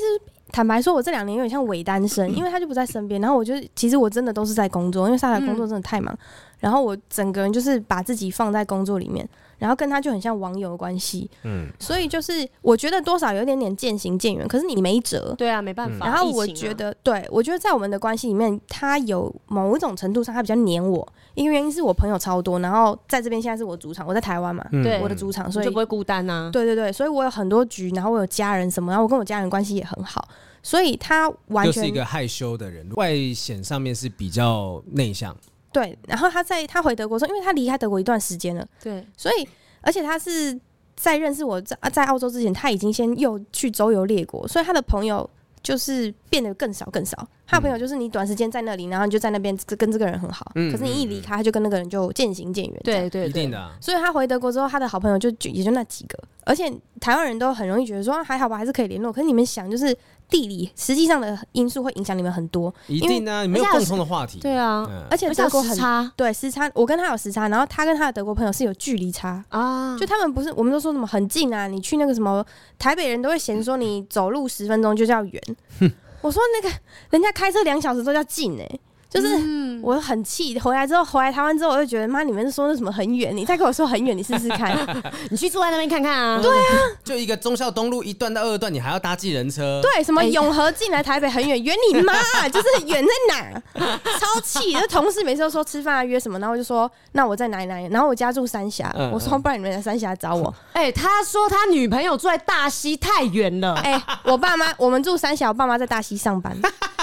B: 坦白说，我这两年有点像伪单
A: 嗯
B: 身，因为他就不在身边，然后我就其实我真的都是在工作，因为上海工作真的太
A: 嗯
B: 忙，然后我整个人就是把自己放在工作里面，然后跟他就很像网友的关系，
C: 嗯，
B: 所以就是我觉得多少有点点渐行渐远，可是你没辙。
A: 对啊，没办法。
B: 然后我
A: 疫情啊
B: 觉，得，对我觉得在我们的关系里面，他有某一种程度上他比较黏我，一个原因是我朋友超多，然后在这边现在是我主场，我在台湾嘛，
A: 对
B: 我的主场，
A: 嗯
B: 所
A: 你
B: 以
A: 就不会孤单啊呐。
B: 对对对，所以我有很多局，然后我有家人什么，然后我跟我家人关系也很好，所以他完
C: 又
B: 全
C: 是一个害羞的人，外显上面是比较内向，
B: 对。然后他在他回德国之后，因为他离开德国一段时间了，
A: 对
B: 所以而且他是在认识我在在澳洲之前，他已经先又去周游列国，所以他的朋友就是变得更少更少。他的朋友就是你短时间在那里，然后你就在那边跟这个人很好，
C: 嗯
B: 可是你一离开，他就跟那个人就渐行渐远。
A: 对对，
C: 一定的啊、
B: 所以他回德国之后，他的好朋友就就也就那几个，而且台湾人都很容易觉得说啊还好吧，还是可以联络。可是你们想，就是地理实际上的因素会影响你们很多，
C: 一定的啊、你没有
A: 而且
C: 共同的话题。
A: 对啊，
C: 嗯
B: 而且
A: 而且
B: 德国
A: 有
B: 很
A: 嗯时差
B: 对时差，我跟他有时差，然后他跟他的德国朋友是有距离差。
A: 啊，
B: 就他们不是，我们都说什么很近啊，你去那个什么台北人都会嫌说你走路十分钟就叫远，我说那个人家开车两小时都叫近哎、就是
A: 嗯
B: 我很气，回来之后回来台湾之后，我就觉得妈，你们说那什么很远，你再跟我说很远，你试试看。
A: 你去坐在那边看看啊。
C: 对啊，就一个忠孝东路一段到二段，你还要搭计人车，
B: 对，什么
A: 哎
B: 永和进来台北很远，远你妈 啊、就是远在哪？超气！就同事每次都说吃饭啊约什么，然后我就说那我在哪里哪里，然后我家住三峡，
C: 嗯
B: 我说不然你们来三峡找我。
A: 哎、他说他女朋友住在大溪太远了，
C: 嗯
B: 哎、我爸妈我们住三峡，我爸妈在大溪上 班，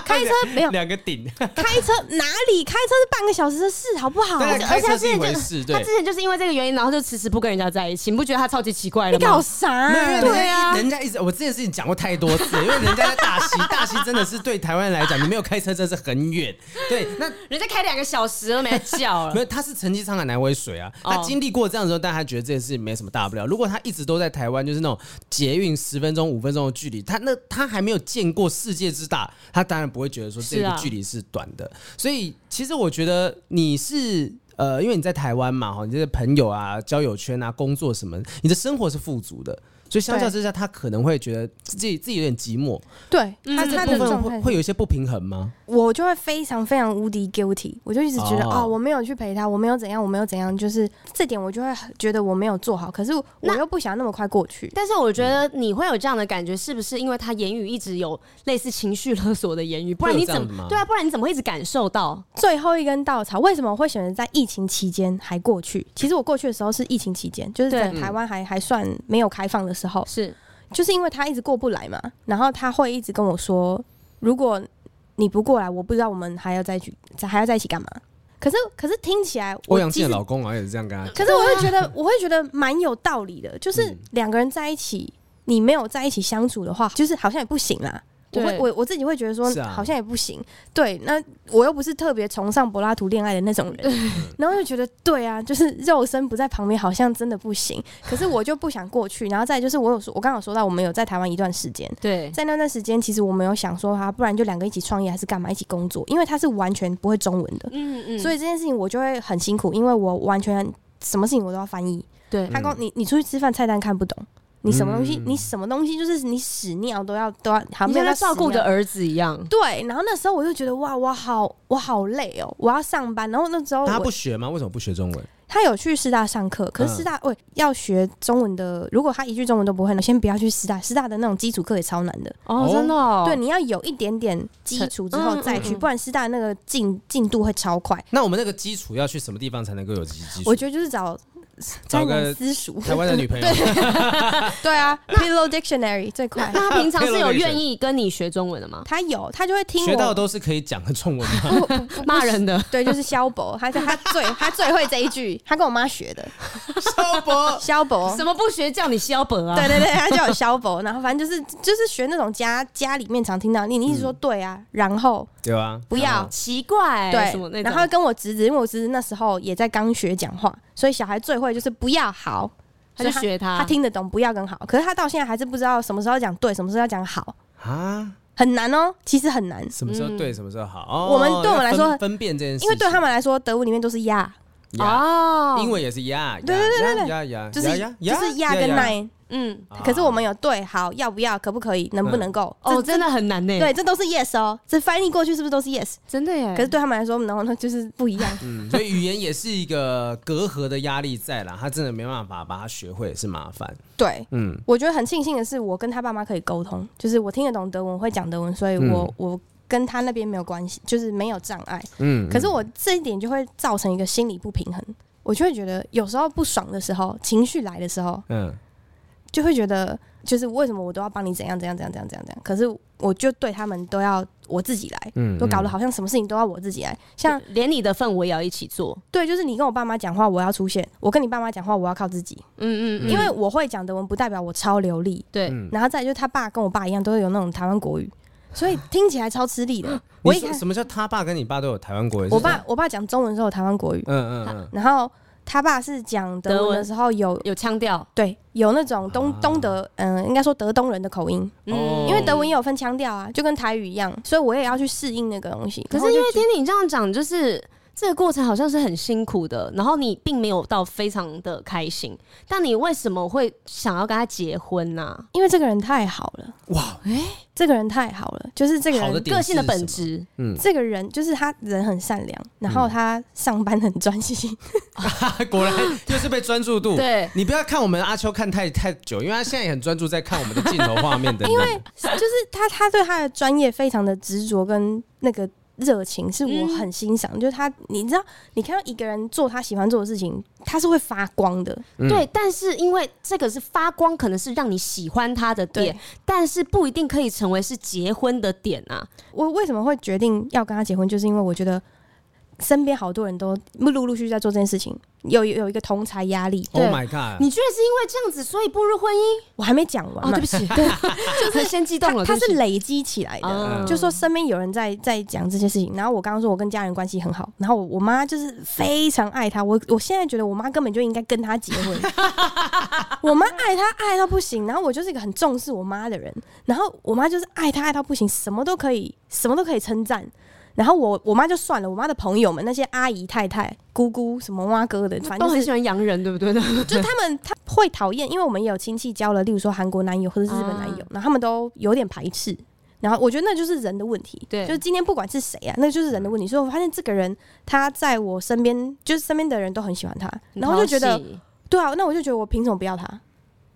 B: 开车没有
C: 两个顶，
A: 哦
B: 开车哪里开车是半个小时的事，好不好？
C: 当然开
A: 而且他
C: 车是
A: 之
C: 一
A: 前就
C: 回事，对
A: 他。之前就是因为这个原因，然后就迟迟不跟人家在一起，你不觉得他超级奇怪了
B: 你搞
A: 吗？
B: 啥、
C: 没有因为人
B: 啊？
C: 家
A: 对啊
C: 人家一直我这件事情讲过太多次，因为人家在大溪，大溪真的是对台湾人来讲，你没有开车真的是很远。对，那
A: 人家开两个小时都没来叫
C: 没
B: 啊
A: 了，
C: 有，他是成绩上海南威水啊。
A: 哦
C: 他经历过这样之后，但他觉得这件事情没什么大不了。如果他一直都在台湾，就是那种捷运十分钟、五分钟的距离，他那他还没有见过世界之大，他当然不会觉得说这
A: 是
C: 个
A: 啊
C: 距离是短的。所以其实我觉得你是。呃，因为你在台湾嘛，哈，你这些朋友啊、交友圈啊、工作什么，你的生活是富足的，所以相较之下，他可能会觉得自己自己有点寂寞，
B: 对，他
A: 嗯
B: 他
C: 部
B: 的
C: 分
B: 状
C: 会
B: 态
C: 会有一些不平衡吗？
B: 我就会非常非常无敌 guilty，我就一直觉得
C: 哦
B: 啊、我没有去陪他，我没有怎样，我没有怎样，就是这点我就会觉得我没有做好，可是我
A: 那
B: 又不想那么快过去。
A: 但是我觉得你会有这样的感觉，是不是因为他言语一直有类似情绪勒索的言语？不然
C: 会有
A: 你
C: 这
A: 怎
C: 样子吗
A: 么对啊？不然你怎么会一直感受到？
B: 最后一根稻草，为什么我会选择在疫情期间还过去？其实我过去的时候是疫情期间，就是
A: 对
B: 在台湾还还算没有开放的时候，
A: 是
B: 就是因为他一直过不来嘛，然后他会一直跟我说，如果你不过来，我不知道我们还要再去还要在一起干嘛。可是可是听起来，
C: 欧
B: 我
C: 阳
B: 其
C: 靖
B: 实
C: 的老公啊好像也是这样跟他讲，
B: 可是我会觉 得，我会觉得蛮有道理的，就是
C: 嗯
B: 两个人在一起，你没有在一起相处的话，就是好像也不行啦。我
A: 对
B: 会我我自己会觉得说
C: 是，啊
B: 好像也不行。对，那我又不是特别崇尚柏拉图恋爱的那种
C: 嗯
B: 人，然后就觉得对啊，就是肉身不在旁边，好像真的不 行。可是我就不想过去，然后再来就是我有说，我刚刚有说到，我们有在台湾一段时间，
A: 对
B: 在那段时间，其实我没有想说啊，不然就两个一起创业还是干嘛，一起工作，因为他是完全不会中文的，
A: 嗯嗯
B: 所以这件事情我就会很辛苦，因为我完全什么事情我都要翻译。
A: 对
B: 他跟我你你出去吃饭菜单看不懂，你什么东西、
C: 嗯
B: 你什么东西就是你屎尿都要都要，好
A: 你
B: 没
A: 像
B: 有到
A: 他
B: 屎
A: 照顾
B: 尿
A: 的儿子一样。
B: 对，然后那时候我就觉得哇，我好我好累哦，我要上班。然后那时候
C: 但他不
B: 我
C: 学吗？为什么不学中文？
B: 他有去师大上课，
A: 嗯
B: 可是师大喂、要学中文的，如果他一句中文都不会，你先不要去师大，师大的那种基础课也超难的。
A: 哦
C: 哦，
A: 真的、哦，
B: 对，，你要有一点点基础之后
A: 嗯
B: 再
A: 嗯
B: 去，
A: 嗯
B: 不然师大那个进进度会超快。
C: 那我们那个基础要去什么地方才能够有基基础
B: 我？觉得就是找
C: 找
B: 台
C: 个
B: 南私塾，
C: 台湾的女朋友，
B: 对啊，Pillow Dictionary 最快。
A: 那他平常是有愿意跟你学中文的 吗？
B: 他有，他就会听我
C: 学到都是可以讲的中文 吗？
A: 骂人的，
B: 对，就是萧博，他他最他最会这一句，他跟我妈学的。
C: 萧伯，
B: 萧博，
A: 什么不学叫你萧本啊？
B: 哦对对对，他叫我萧博，然后反正就是就是学那种家家里面常听到，你你一
C: 嗯
B: 直说对啊，然后
C: 对吧？
B: 不要
C: 啊
A: 奇怪、
B: 对
A: 哎什么那，种
B: 然后跟我侄子，因为我侄子那时候也在刚学讲话，所以小孩最会就是不要好，
A: 他就
B: 所以
A: 学啊他，
B: 他听得懂不要跟好，可是他到现在还是不知道什么时候讲对，什么时候要讲好，
C: 啊，
B: 很难哦，其实很难，
C: 什么时候对，什么时候好？哦
B: 嗯我们对我们来说
C: 要分分辨这件事情，
B: 因为对他们来说，德文里面都是呀，
C: 呀，
A: 哦，
C: 英文也是呀，
B: 对
C: 对
B: 对对
C: 呀呀，
B: 就是
C: 呀啊
B: 就是呀跟。nine，
A: 嗯，
C: 呀
B: 可是我们有对好要不要，可不可以，能不能够，
A: 哦，
B: 这
A: 真的很难呢，
B: 对，，这都是 yes 哦，这翻译过去是不是都是 yes？
A: 真的耶。
B: 可是对他们来说，然后呢就是不一样。
C: 嗯所以语言也是一个隔阂的压力在啦，他真的没办法把它学会是麻烦。
B: 对，
C: 嗯，
B: 我觉得很庆幸的是，我跟他爸妈可以沟通，就是我听得懂德文，我会讲德文，所以我、
C: 嗯
B: 我跟他那边没有关系，就是没有障碍。
C: 嗯
B: 可是我这一点就会造成一个心理不平衡，我就会觉得有时候不爽的时候，情绪来的时候，
C: 嗯，
B: 就会觉得就是为什么我都要帮你怎样怎样怎样怎样怎样怎样，可是我就对他们都要我自己来。
C: 嗯
B: 都搞得好像什么事情都要我自己来，像
A: 连你的份我也要一起做，
B: 对，就是你跟我爸妈讲话，我要出现；我跟你爸妈讲话，我要靠自己。
A: 嗯
B: 因为我会讲德文，不代表我超流利。
A: 对，
C: 嗯
B: 然后再来就是他爸跟我爸一样，都有那种台湾国语，所以听起来超吃力的。
C: 我
B: 我一开
C: 嗯什么叫他爸跟你爸都有台湾国人？
B: 我
C: 是这
B: 爸
C: 样，
B: 我爸讲中文的时候有台湾国语，
C: 嗯嗯
B: 然后他爸是讲德文的时候有
A: 有腔调，
B: 对有那种东
C: 啊
B: 东德嗯、应该说德东人的口音，
C: 哦
B: 嗯因为德文也有分腔调啊，就跟台语一样，所以我也要去适应那个东西。
A: 可
B: 然后
A: 是
B: 我
A: 因
B: 就
A: 为
B: 觉
A: 听你这样讲，就是这个过程好像是很辛苦的，然后你并没有到非常的开心，但你为什么会想要跟他结婚啊呢、
B: 因为这个人太好了，
C: 哇，
B: 这个人太好了，就是这个
C: 好的
B: 人，
A: 嗯
C: 点
A: 个性的
C: 是
A: 本
C: 什么，
A: 质，
C: 嗯，
B: 这个人就是他人很善良，然后他上班很专心，
C: 果然 又是被专注度。
A: 对，
C: 你不要看我们阿秋看太太久，因为他现在也很专注在看我们的镜头画面的。因为
B: 就是他他对他的专业非常的执着跟那个热情，是我很欣赏。就是他，你知道，你看到一个人做他喜欢做的事情，他是会发光的。
C: 嗯
A: 对，但是因为这个是发光，可能是让你喜欢他的
B: 对
A: 点，但是不一定可以成为是结婚的点啊。
B: 我为什么会决定要跟他结婚，就是因为我觉得身边好多人都陆陆续续在做这件事情，有有有一个同财压力。
C: Oh
A: 对
C: my god！
A: 你居然是因为这样子，所以步入婚姻？
B: 我还没讲完
A: 哦，
B: 嘛
A: 对不起，对，就是先激动了，
B: 他
A: 对
B: 是
A: 不起
B: 累积起来的。
A: 嗯
B: 就说身边有人在在讲这些事情，然后我刚刚说我跟家人关系很好，然后我我妈就是非常爱他，我我现在觉得我妈根本就应该跟他结婚，我妈爱他爱到不行，然后我就是一个很重视我妈的人，然后我妈就是爱他爱到不行，什么都可以什么都可以称赞，然后我我妈就算了，我妈的朋友们那些阿姨太太姑姑什么蛙哥的，反
A: 都
B: 正就
A: 很
B: 是
A: 喜欢洋人，对不对？
B: 就他们他会讨厌，因为我们也有亲戚交了，例如说韩国男友或者日本男
A: 哦
B: 友，然后他们都有点排斥。然后我觉得那就是人的问题，
A: 对
B: 就是今天不管是谁啊，那就是人的问题。所以我发现这个人他在我身边，就是身边的人都很喜欢他，然后就觉得
A: 很讨哎喜
B: 对啊，那我就觉得我凭什么不要他？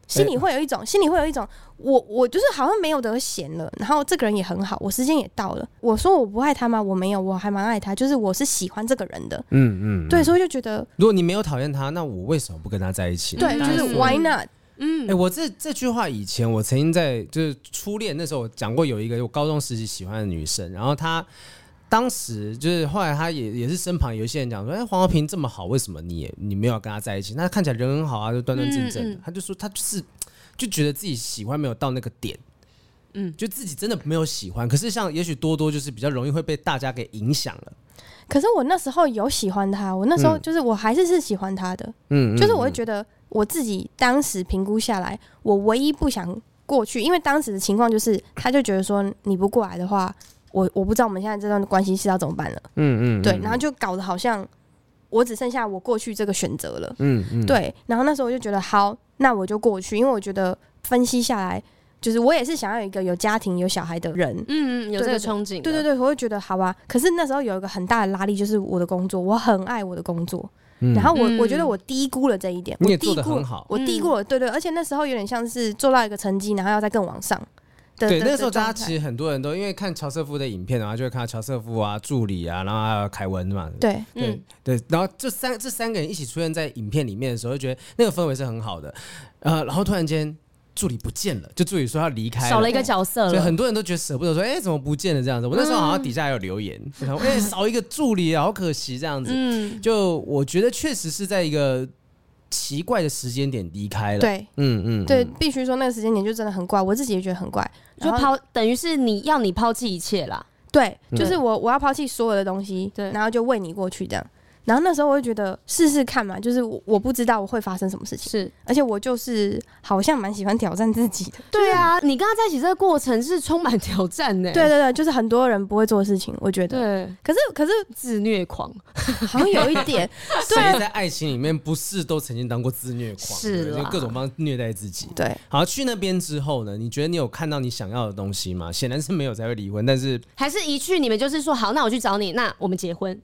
B: 心里会有一种，心里会有一种，我我就是好像没有得闲了，然后这个人也很好，我时间也到了。我说我不爱他吗？我没有，我还蛮爱他，就是我是喜欢这个人的，
C: 嗯嗯，
B: 对，所以就觉得
C: 如果你没有讨厌他，那我为什么不跟他在一起呢？
B: 对，
A: 嗯
B: 就
A: 嗯
B: 是 why not？
A: 嗯
C: 哎、，我这这句话以前我曾经在就是初恋那时候我讲过，有一个我高中时期喜欢的女生，然后她当时就是后来她也也是身旁有一些人讲说，哎、黄浩平这么好，为什么你也你没有跟他在一起？那看起来人很好啊，就端端正正的。
A: 嗯嗯
C: 她就说她就是就觉得自己喜欢没有到那个点。嗯，就自己真的没有喜欢，可是像也许多多就是比较容易会被大家给影响了。
B: 可是我那时候有喜欢他，我那时候
C: 嗯
B: 就是我还是是喜欢他的，
C: 嗯，
B: 就是我会
C: 会
B: 觉得我自己当时评估下来，我唯一不想过去，因为当时的情况就是，他就觉得说你不过来的话，我我不知道我们现在这段关系是要怎么办了，
C: 嗯嗯
B: 对，然后就搞得好像我只剩下我过去这个选择了，
C: 嗯嗯，
B: 对，然后那时候我就觉得好，那我就过去，因为我觉得分析下来，就是我也是想要有一个有家庭有小孩的人，
A: 嗯嗯，有这个憧憬，
B: 对对
A: 对，
B: 对，我会觉得好吧。可是那时候有一个很大的拉力，就是我的工作，我很爱我的工作。
C: 嗯
B: 然后我、
A: 嗯
B: 我觉得我低估了这一点，
C: 你也
B: 我低
C: 做得
B: 估
C: 很
B: 了，
C: 好。
B: 我低估了，对对。而且那时候有点像是做到一个成绩，然后要再更往上的。
C: 对，
B: 的
C: 那时候大家
B: 的状态
C: 其实很多人都因为看乔瑟夫的影片，然后就会看到乔瑟夫啊、助理啊，然后还有凯文嘛，
B: 对
C: 对、
A: 嗯
C: 对，然后这三这三个人一起出现在影片里面的时候，就觉得那个氛围是很好的。呃，然后突然间助理不见了，就助理说要离开
A: 少了一个角色
C: 所以
A: 了，嗯
C: 很多人都觉得舍不得说，哎、怎么不见了这样子？我那时候好像底下有留言，我想，哎、少一个助理，好可惜这样子。
A: 嗯，
C: 就我觉得确实是在一个奇怪的时间点离开了。，
B: 对
C: 嗯嗯，
B: 对，
C: 嗯
B: 必须说那个时间点就真的很怪，我自己也觉得很怪。
A: 就
B: 然后
A: 抛，等于是你要你抛弃一切啦，
B: 对，
C: 嗯
B: 就是我我要抛弃所有的东西，
A: 对
B: 然后就为你过去这样。然后那时候我就觉得试试看嘛，就是我我不知道我会发生什么事情，
A: 是
B: 而且我就是好像蛮喜欢挑战自己的。
A: 对啊，你跟他在一起这个过程是充满挑战的，
B: 对对对，就是很多人不会做的事情，我觉得。
A: 对，
B: 可是可是
A: 自虐狂，
B: 好像有一点，
C: 谁在爱情里面不是都曾经当过自虐狂？
A: 是
C: 对就
A: 啦
C: 各种方式虐待自己。
B: 对
C: 好，去那边之后呢？你觉得你有看到你想要的东西吗？显然是没有才会离婚，但是
A: 还是一去你们就是说好，那我去找你，那我们结婚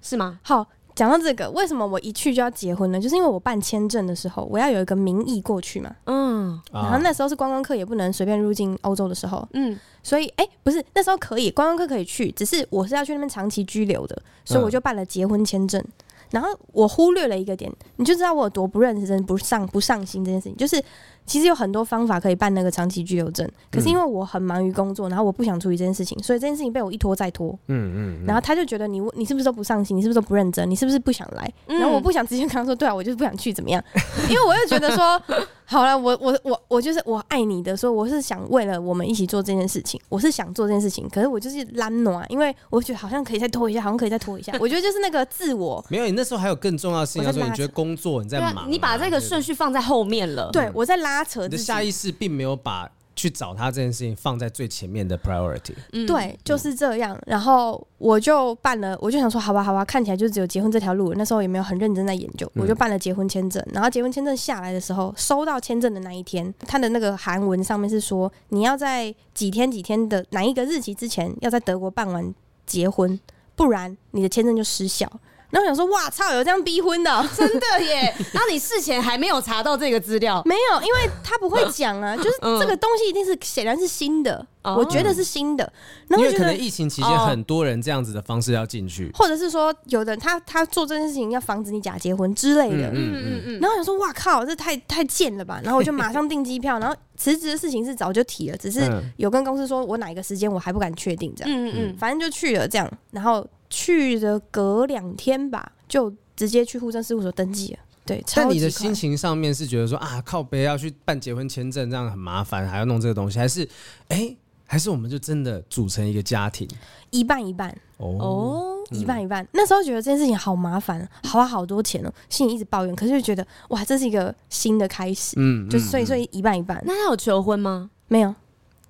A: 是吗？
B: 好。讲到这个，为什么我一去就要结婚呢？就是因为我办签证的时候，我要有一个名义过去嘛。
A: 嗯
C: 啊，
B: 然后那时候是观光客也不能随便入境欧洲的时候，
A: 嗯，
B: 所以哎、不是那时候可以观光客可以去，只是我是要去那边长期居留的，所
C: 嗯
B: 以我就办了结婚签证。然后我忽略了一个点，你就知道我有多不认真、不上不上心这件事情。就是其实有很多方法可以办那个长期居留
C: 嗯
B: 证，可是因为我很忙于工作，然后我不想处理这件事情，所以这件事情被我一拖再拖。
C: 嗯嗯
B: 然后他就觉得你你是不是都不上心，你是不是都不认真，你是不是不想来？然后我
A: 嗯
B: 不想直接跟他说，对啊，我就是不想去，怎么样？ 因为我又觉得说， 好了，我我我我就是我爱你的，所以我是想为了我们一起做这件事情，我是想做这件事情，可是我就是懒惰啊，因为我觉得好像可以再拖一下，好像可以再拖一下，我觉得就是那个自我，
C: 没有，你那时候还有更重要的事情
B: 我在
C: 要做。
B: 拉
C: 你觉得工作你在
A: 对
C: 忙啊、
A: 啊，你把这个顺
C: 序，
A: 序放在后面了，
B: 对我在拉扯
C: 嗯
B: 自
C: 你的
B: 己，
C: 下意识并没有把去找他这件事情放在最前面的 priority。
A: 嗯，
B: 对，就是这样。然后我就办了，我就想说，好吧，好吧，看起来就只有结婚这条路了。那时候也没有很认真在研
C: 嗯
B: 究，我就办了结婚签证。然后结婚签证下来的时候，收到签证的那一天，他的那个韩文上面是说，你要在几天几天的哪一个日期之前，要在德国办完结婚，不然你的签证就失效。然后我想说，哇操，有这样逼婚 的哦、
A: 真的耶。然后你事前还没有查到这个资料，
B: 没有，因为他不会讲啊，就是
A: 嗯
B: 这个东西一定是显然是新的，
A: 哦
B: 我觉得是新的。然后
C: 因
B: 我
C: 为
B: 觉
C: 可
B: 得
C: 能疫情期间
A: 哦
C: 很多人这样子的方式要进去，
B: 或者是说，有的人他他做这件事情要防止你假结婚之类的。
A: 嗯嗯嗯，
B: 然后我想说，哇靠，这太太贱了吧！然后我就马上订机票，然后辞职的事情是早就提了，只是
C: 嗯
B: 有跟公司说我哪一个时间我还不敢确定，这样，
A: 嗯嗯
B: 反正就去了这样。然后去的隔两天吧，就直接去户政事务所登记了。对，
C: 但
B: 超
C: 你的
B: 级快
C: 心情上面是觉得说啊，靠北要去办结婚签证，这样很麻烦，还要弄这个东西，还是哎、还是我们就真的组成一个家庭
B: 一半一半，
C: 哦
A: 嗯，哦，
B: 一半一半。那时候觉得这件事情好麻烦，啊花好多钱哦、心里一直抱怨，可是就觉得哇，这是一个新的开始，
C: 嗯
B: 就所以所
C: 以
B: 以一半一半，
A: 那他有求婚吗？
B: 没有。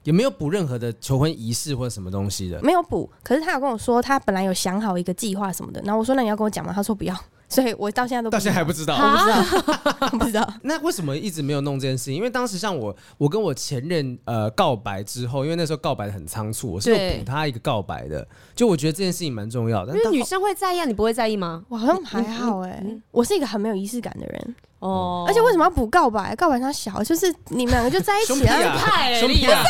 C: 也没有补任何的求婚仪式或者什么东西的，
B: 没有补，可是他有跟我说，他本来有想好一个计划什么的，然后我说那你要跟我讲吗？他说不要， 所以我到现在都
C: 到现在还不知道。
A: 啊，
B: 还 不知道。
C: 那为什么一直没有弄这件事情？因为当时像我，我跟我前任呃告白之后，因为那时候告白的很仓促，我是有
A: 对
C: 补他一个告白的。就我觉得这件事情蛮重要的，
A: 因为
C: 但
A: 女
C: 到
A: 生会在意啊，你不会在意吗？
B: 我好像还好哎、
A: 嗯嗯
B: 我是一个很没有仪式感的人，
C: 嗯
A: 哦，
B: 而且为什么要补告白？告白他小，就是你们两个就在一
C: 胸
B: 起
C: 屁
B: 了，
C: 啊
B: 在
A: 派
C: 胸屁啊，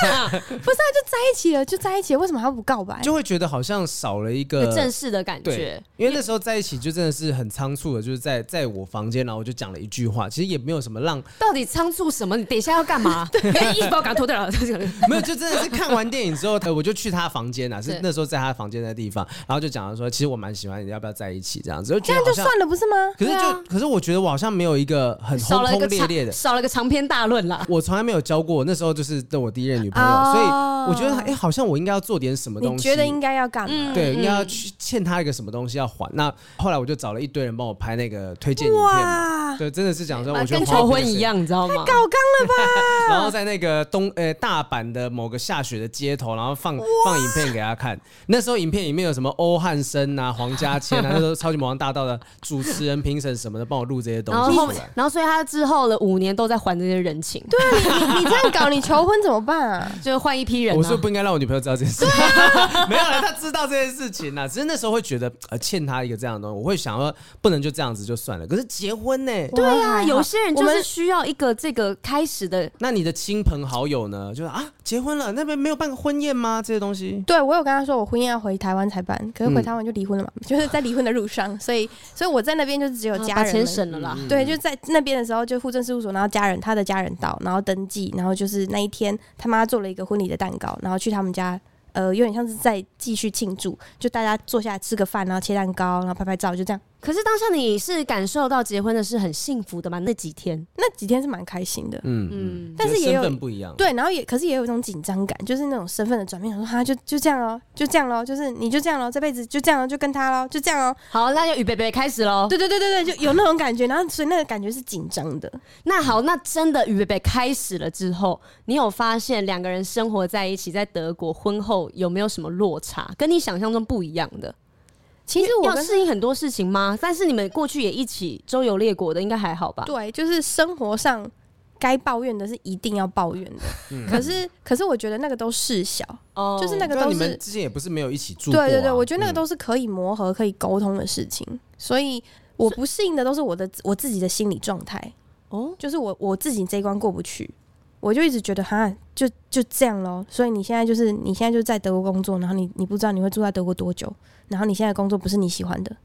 B: 一起了就在一起了，为什么还要补告白？
C: 就会觉得好像少了一
A: 有
C: 个
A: 正式的感觉
C: 对，，因为那时候在一起就真的是很仓促的，就是在在我房间，然后我就讲了一句话，其实也没有什么让，
A: 到底仓促什么？你等一下要干 嘛？哎衣服把我赶快脱掉了，
C: 没有，就真的是看完电影之后，呃我就去他房间啊，是
A: 对
C: 那时候在他房间的地方，然后就讲了说，其实我蛮喜欢你，要不要在一起这样子，就
B: 这
C: 觉得
B: 样就
C: 好像，
B: 算了，不是吗？
C: 可是
A: 对
C: 就、
A: 啊
C: 可是我觉得我好像没有一个很 轰
A: 少了一
C: 轰
A: 个
C: 烈烈的
A: 长，少了一个长篇大论啦。
C: 我从来没有交过，那时候就是对我第一任女朋友，
B: 哦
C: 啊所以我觉得哎、好像我应该要做点什么东西，
B: 你觉得应该要干嘛？
A: 嗯
C: 对，应该要去欠他一个什么东西要还。那后来我就找了一堆人帮我拍那个推荐影片嘛，
B: 哇，
C: 对，真的是讲说，哦我觉
A: 啊跟
C: 得
A: 求婚一。样，你知道吗？
B: 搞刚
C: 然后在那个东呃大阪的某个下雪的街头，然后放 放影片给他看。那时候影片里面有什么欧汉生啊、黄家千啊，那时候超级魔王大道的主持人、评审什么的，帮我录这些东
A: 然后
C: 西
A: 后
C: 出
A: 面
C: 来。，
A: 然后所以他之后的五年都在还这些人情，对，
B: 啊你你这样搞，你求婚怎么办啊？
A: 就是换一批人、啊。
C: 我是不是不应该让我女朋友知道这件事， 没有啦，她知道这件事情啦。只是那时候会觉得呃欠她一个这样的东西，我会想说不能就这样子就算了。可是结婚呢、
A: 对
B: 我还
A: 啊，
B: 好
A: 有些人就
B: 我
A: 是
B: 们
A: 需要一个这个开始的，
C: 那你的亲朋好友呢？就是啊，结婚了，那边没有办个婚宴吗？这些东西，
B: 对我有跟他说，我婚宴要回台湾才办，可是回
C: 嗯
B: 台湾就离婚了嘛，就是在离婚的路上，所以所以我在那边就只有家
A: 啊把
B: 人们、
A: 钱省了啦。
B: 对，就在那边的时候，就户政事务所，然后家人他的家人到，然后登记，然后就是那一天他妈做了一个婚礼的蛋糕，然后去他们家，呃，有点像是在继续庆祝，就大家坐下来吃个饭，然后切蛋糕，然后拍拍照，就这样。
A: 可是当下你是感受到结婚的是很幸福的吗？那几天，
B: 那几天是蛮开心的，
C: 嗯嗯，
A: 嗯，
B: 但是
C: 觉得
B: 也有
C: 身份不一样。
B: 对，然后也可是也有一种紧张感，就是那种身份的转变，想说哈就就这样咯，就这样咯，就是你就这样咯，这辈子就这样咯，就跟他咯，就这样咯。
A: 好，那就预备备开始喽。
B: 对对对对对，就有那种感觉，然后所以那个感觉是紧张的，
A: 那好，那真的预备备开始了之后，你有发现两个人生活在一起，在德国婚后有没有什么落差，跟你想象中不一样的？
B: 其实我
A: 要
B: 跟
A: 适应很多事情吗？但是你们过去也一起周游列国的，应该还好吧？
B: 对，就是生活上该抱怨的是一定要抱怨的，可是可是我觉得那个都事小，
A: 哦
B: 就是那个
C: 对啊
B: 都
C: 你
B: 是
C: 们之前也不是没有一起住过、啊。
B: 对对对，我觉得那个
C: 嗯、
B: 都是可以磨合、可以沟通的事情，所以我不适应的都是我的我自己的心理状态，
A: 哦，
B: 就是我我自己这一关过不去。我就一直觉得哈，就就这样咯。所以你现在就是你现在就在德国工作，然后你你不知道你会住在德国多久，然后你现在的工作不是你喜欢的，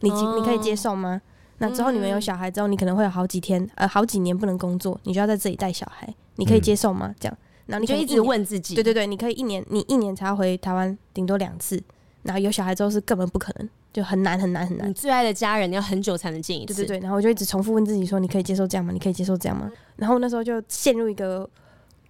B: 你接、你可以接受吗？那之后你们有
A: 哦嗯
B: 小孩之后，你可能会有好几天呃好几年不能工作，你就要在这里带小孩，你可以
C: 嗯
B: 接受吗？这样，然后
A: 你
B: 你
A: 就
B: 可
A: 一
B: 能一
A: 直
B: 年
A: 问自己，
B: 对对对，你可以一年，你一年才要回台湾，顶多两次。然后有小孩之后是根本不可能，就很难很难很难
A: 你。最爱的家人，你要很久才能见一
B: 对
A: 次。
B: 对对，然后我就一直重复问自己说：“你可以接受这样吗？你可以接受这样吗？”然后那时候就陷入一个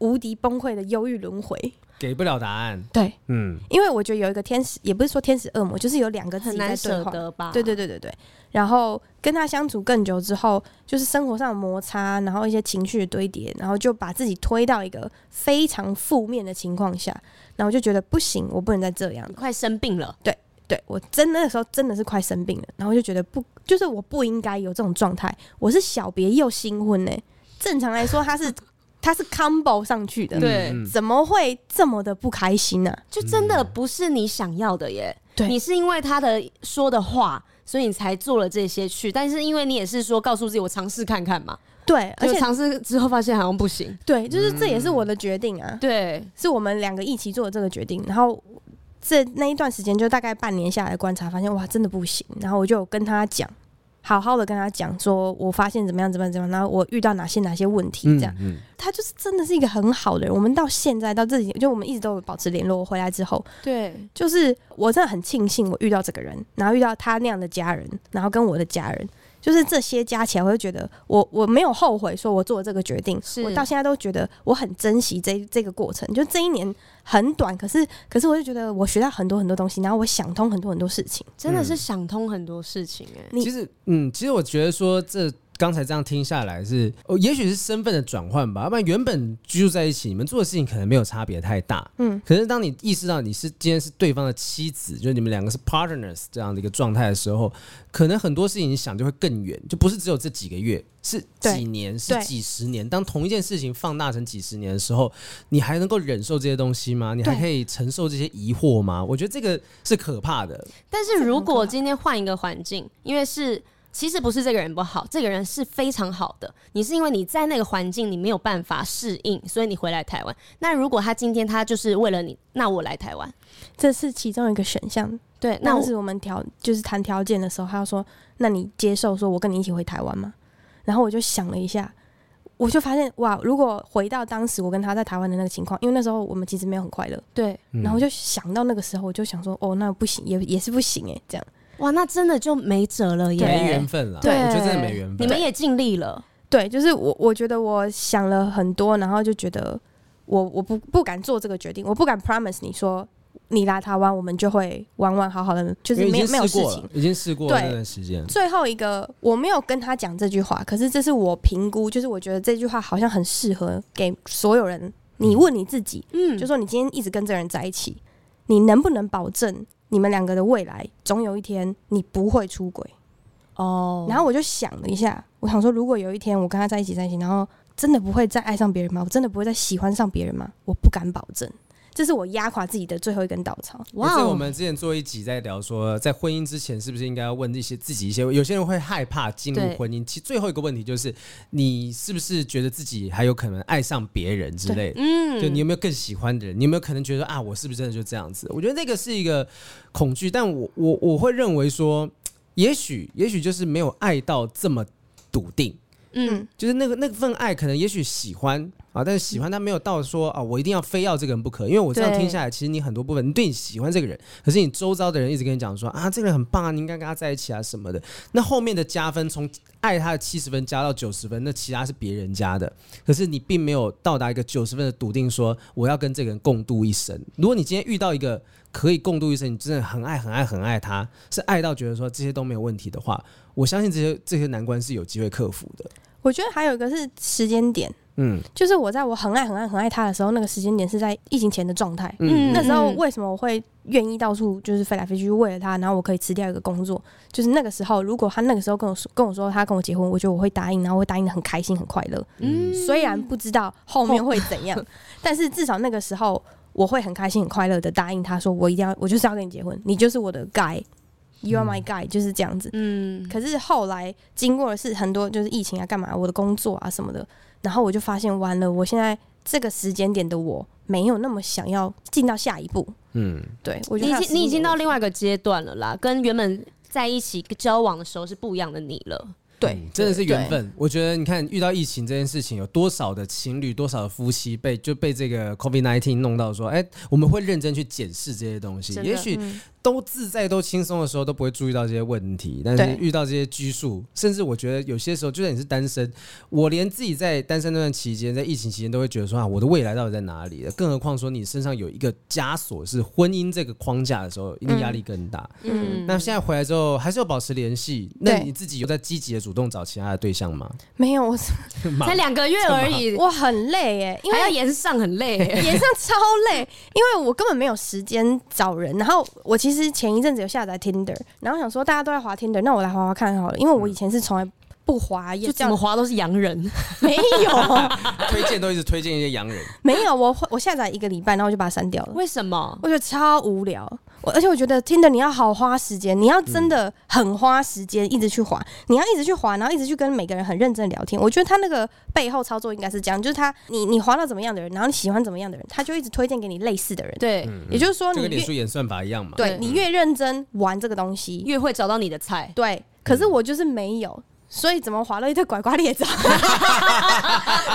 B: 无敌崩溃的忧郁轮回。
C: 给不了答案。
B: 对，
C: 嗯，
B: 因为我觉得有一个天使，也不是说天使恶魔，就是有两个自
A: 很
B: 己
A: 难
B: 在
A: 舍
B: 对话。
A: 得吧？
B: 对对对对对。然后跟他相处更久之后，就是生活上的摩擦，然后一些情绪的堆叠，然后就把自己推到一个非常负面的情况下，然后就觉得不行，我不能再这样
A: 你
B: 了。
A: 快生病了，
B: 对我真那个时候真的是快生病了，然后就觉得不，就是我不应该有这种状态。我是小别又新婚呢、正常来说他是他是 combo 上去的，
A: 对
C: 嗯
B: 怎么会这么的不开心啊呢、
A: 就真的不是你想要的耶。
B: 对
A: 你是因为他的说的话，所以你才做了这些去，但是因为你也是说告诉自己我尝试看看嘛，
B: 对，而
A: 而且
B: 且
A: 尝试之后发现好像不行。
B: 对，就是这也是我的决定啊。
A: 对，
B: 是我们两个一起做的这个决定，然后这那一段时间就大概半年下来观察，发现哇真的不行，然后我就有跟他讲，好好的跟他讲，说我发现怎么样怎么样怎么样，然后我遇到哪些哪些问题这样，
C: 嗯嗯
B: 他就是真的是一个很好的人，我们到现在到自己就我们一直都有保持联络，我回来之后
A: 对，
B: 就是我真的很庆幸我遇到这个人，然后遇到他那样的家人，然后跟我的家人，就是这些加起来，我就觉得我我没有后悔，说我做了这个决定
A: 是，
B: 我到现在都觉得我很珍惜这这个过程。就这一年很短，可是可是我就觉得我学到很多很多东西，然后我想通很多很多事情。
A: 真的是想通很多事情哎。
B: 你
C: 其实，嗯，其实我觉得说这刚才这样听下来是，哦，也许是身份的转换吧，要不然原本居住在一起，你们做的事情可能没有差别太大，嗯
B: 嗯，
C: 可是当你意识到你是今天是对方的妻子，就是你们两个是 partners 这样的一个状态的时候，可能很多事情你想就会更远，就不是只有这几个月，是
B: 对
C: 几年，是
B: 对
C: 几十年。当同一件事情放大成几十年的时候，你还能够忍受这些东西吗？你还
B: 对
C: 可以承受这些疑惑吗？我觉得这个是可怕的，
A: 但是如果今天换一个环境，因为是其实不是这个人不好，这个人是非常好的。你是因为你在那个环境你没有办法适应，所以你回来台湾。那如果他今天他就是为了你，那我来台湾，
B: 这是其中一个选项。
A: 对，那
B: 当
A: 我
B: 时我们调就是谈条件的时候，他就说：“那你接受说我跟你一起回台湾吗？”然后我就想了一下，我就发现哇，如果回到当时我跟他在台湾的那个情况，因为那时候我们其实没有很快乐，
A: 对，
C: 嗯
B: 然后我就想到那个时候，我就想说：“哦，那不行，也也是不行哎、这样
A: 哇，那真的就没辙了耶。
C: 没缘分了，
A: 对
C: 我觉得真的没缘
A: 你
C: 分。
A: 们也尽力了，
B: 对，就是我我觉得我想了很多，然后就觉得我我不不敢做这个决定，我不敢 promise 你说你来台湾我们就会玩玩好好的，就
C: 因
B: 是
C: 为已
B: 没有
C: 经
B: 没有
C: 试
B: 事
C: 过
B: 情
C: 了，。已经试过
B: 对
C: 那段时间。
B: 最后一个我没有跟他讲这句话，可是这是我评估，就是我觉得这句话好像很适合给所有人。你问你自己，
A: 嗯，
B: 就说你今天一直跟这个人在一起，你能不能保证你们两个的未来总有一天你不会出轨？
A: 哦，
B: 然后我就想了一下，我想说，如果有一天我跟他在一起在一起，然后真的不会再爱上别人吗？我真的不会再喜欢上别人吗？我不敢保证，这是我压垮自己的最后一根稻草。
A: 哇
C: 这
A: 哦，
C: 我们之前做一集在聊说，在婚姻之前是不是应该要问一些自己一些？有些人会害怕进入
A: 对
C: 婚姻。其最后一个问题就是，你是不是觉得自己还有可能爱上别人之类的？
A: 嗯
C: 就你有没有更喜欢的人？你有没有可能觉得啊，我是不是真的就这样子？我觉得那个是一个恐惧，但我我我会认为说，也许也许就是没有爱到这么笃定。
A: 嗯，
C: 就是那个那份爱，可能也许喜欢啊，但是喜欢他没有到说啊，我一定要非要这个人不可。因为我这样
A: 对
C: 听下来，其实你很多部分，你对你喜欢这个人，可是你周遭的人一直跟你讲说啊，这个人很棒啊，你应该跟他在一起啊什么的。那后面的加分从爱他的七十分加到九十分，那其他是别人加的，可是你并没有到达一个九十分的笃定说我要跟这个人共度一生。如果你今天遇到一个可以共度一生，你真的很爱很爱很爱他，是爱到觉得说这些都没有问题的话，我相信这些这些难关是有机会克服的。
B: 我觉得还有一个是时间点，
C: 嗯，
B: 就是我在我很爱很爱很爱他的时候，那个时间点是在疫情前的状态。
A: 嗯
B: 那时候为什么我会愿意到处就是飞来飞去为了他，然后我可以辞掉一个工作？就是那个时候，如果他那个时候跟我说跟我说他跟我结婚，我觉得我会答应，然后会答应的很开心很快乐。
A: 嗯
B: 虽然不知道后面会怎样，但是至少那个时候我会很开心很快乐的答应他说，我一定要我就是要跟你结婚，你就是我的 guy，you are my guy，就是这样子。
A: 嗯，
B: 可是后来经过的是很多就是疫情啊，干嘛我的工作啊什么的，然后我就发现完了，我现在这个时间点的我没有那么想要进到下一步。
C: 嗯，
B: 对，我觉
A: 你
B: 得
A: 已
B: 还有
A: 经你已经到
B: 时间
A: 另外一个阶段了啦，跟原本在一起交往的时候是不一样的你了。
B: 对，
C: 嗯真的是
B: 对
C: 缘。分。我觉得你看，遇到疫情这件事情，有多少的情侣、多少的夫妻被就被这个 COVID nineteen 弄到说，哎、我们会认真去检视这些东西。
A: 真的
C: 也许
B: 嗯
C: 都自在、都轻松的时候，都不会注意到这些问题。但
B: 对
C: 是遇到这些拘束，甚至我觉得有些时候，就算你是单身，我连自己在单身那段期间，在疫情期间，都会觉得说啊，我的未来到底在哪里了？更何况说你身上有一个枷锁是婚姻这个框架的时候，一定压力更大。
A: 嗯，
C: 那现在回来之后，还是有保持联系。那
B: 对
C: 你自己有在积极的主动找其他的对象吗？
B: 没有，我
C: 忙
A: 才两个月而已，
B: 我很累耶，因为
A: 还要延上，很累耶。
B: 演上超累， 因为我根本没有时间找人。然后我其实前一阵子有下载 Tinder，然后想说大家都在滑 Tinder，那我来滑滑看好了，因为我
C: 嗯
B: 以前是从来不滑，也
A: 就怎么滑都是洋人，
B: 没有
C: 推荐都一直推荐一些洋人，
B: 没有，我我下载一个礼拜，然后我就把它删掉了。
A: 为什么？
B: 我觉得超无聊，我而且我觉得 Tinder 你要好花时间，你要真
C: 嗯
B: 的很花时间一直去滑，你要一直去滑，然后一直去跟每个人很认真地聊天。我觉得他那个背后操作应该是这样，就是他你你滑到怎么样的人，然后你喜欢怎么样的人，他就一直推荐给你类似的人。
A: 对，
B: 也就是说
C: 嗯就
B: 你
C: 跟
B: 越
C: 脸书演算法一样嘛。嗯
B: 对
A: 对
B: 你越认真玩这个东西，
A: 越会找到你的菜。
B: 对。可是我就是没有，所以怎么划了一堆拐瓜裂枣？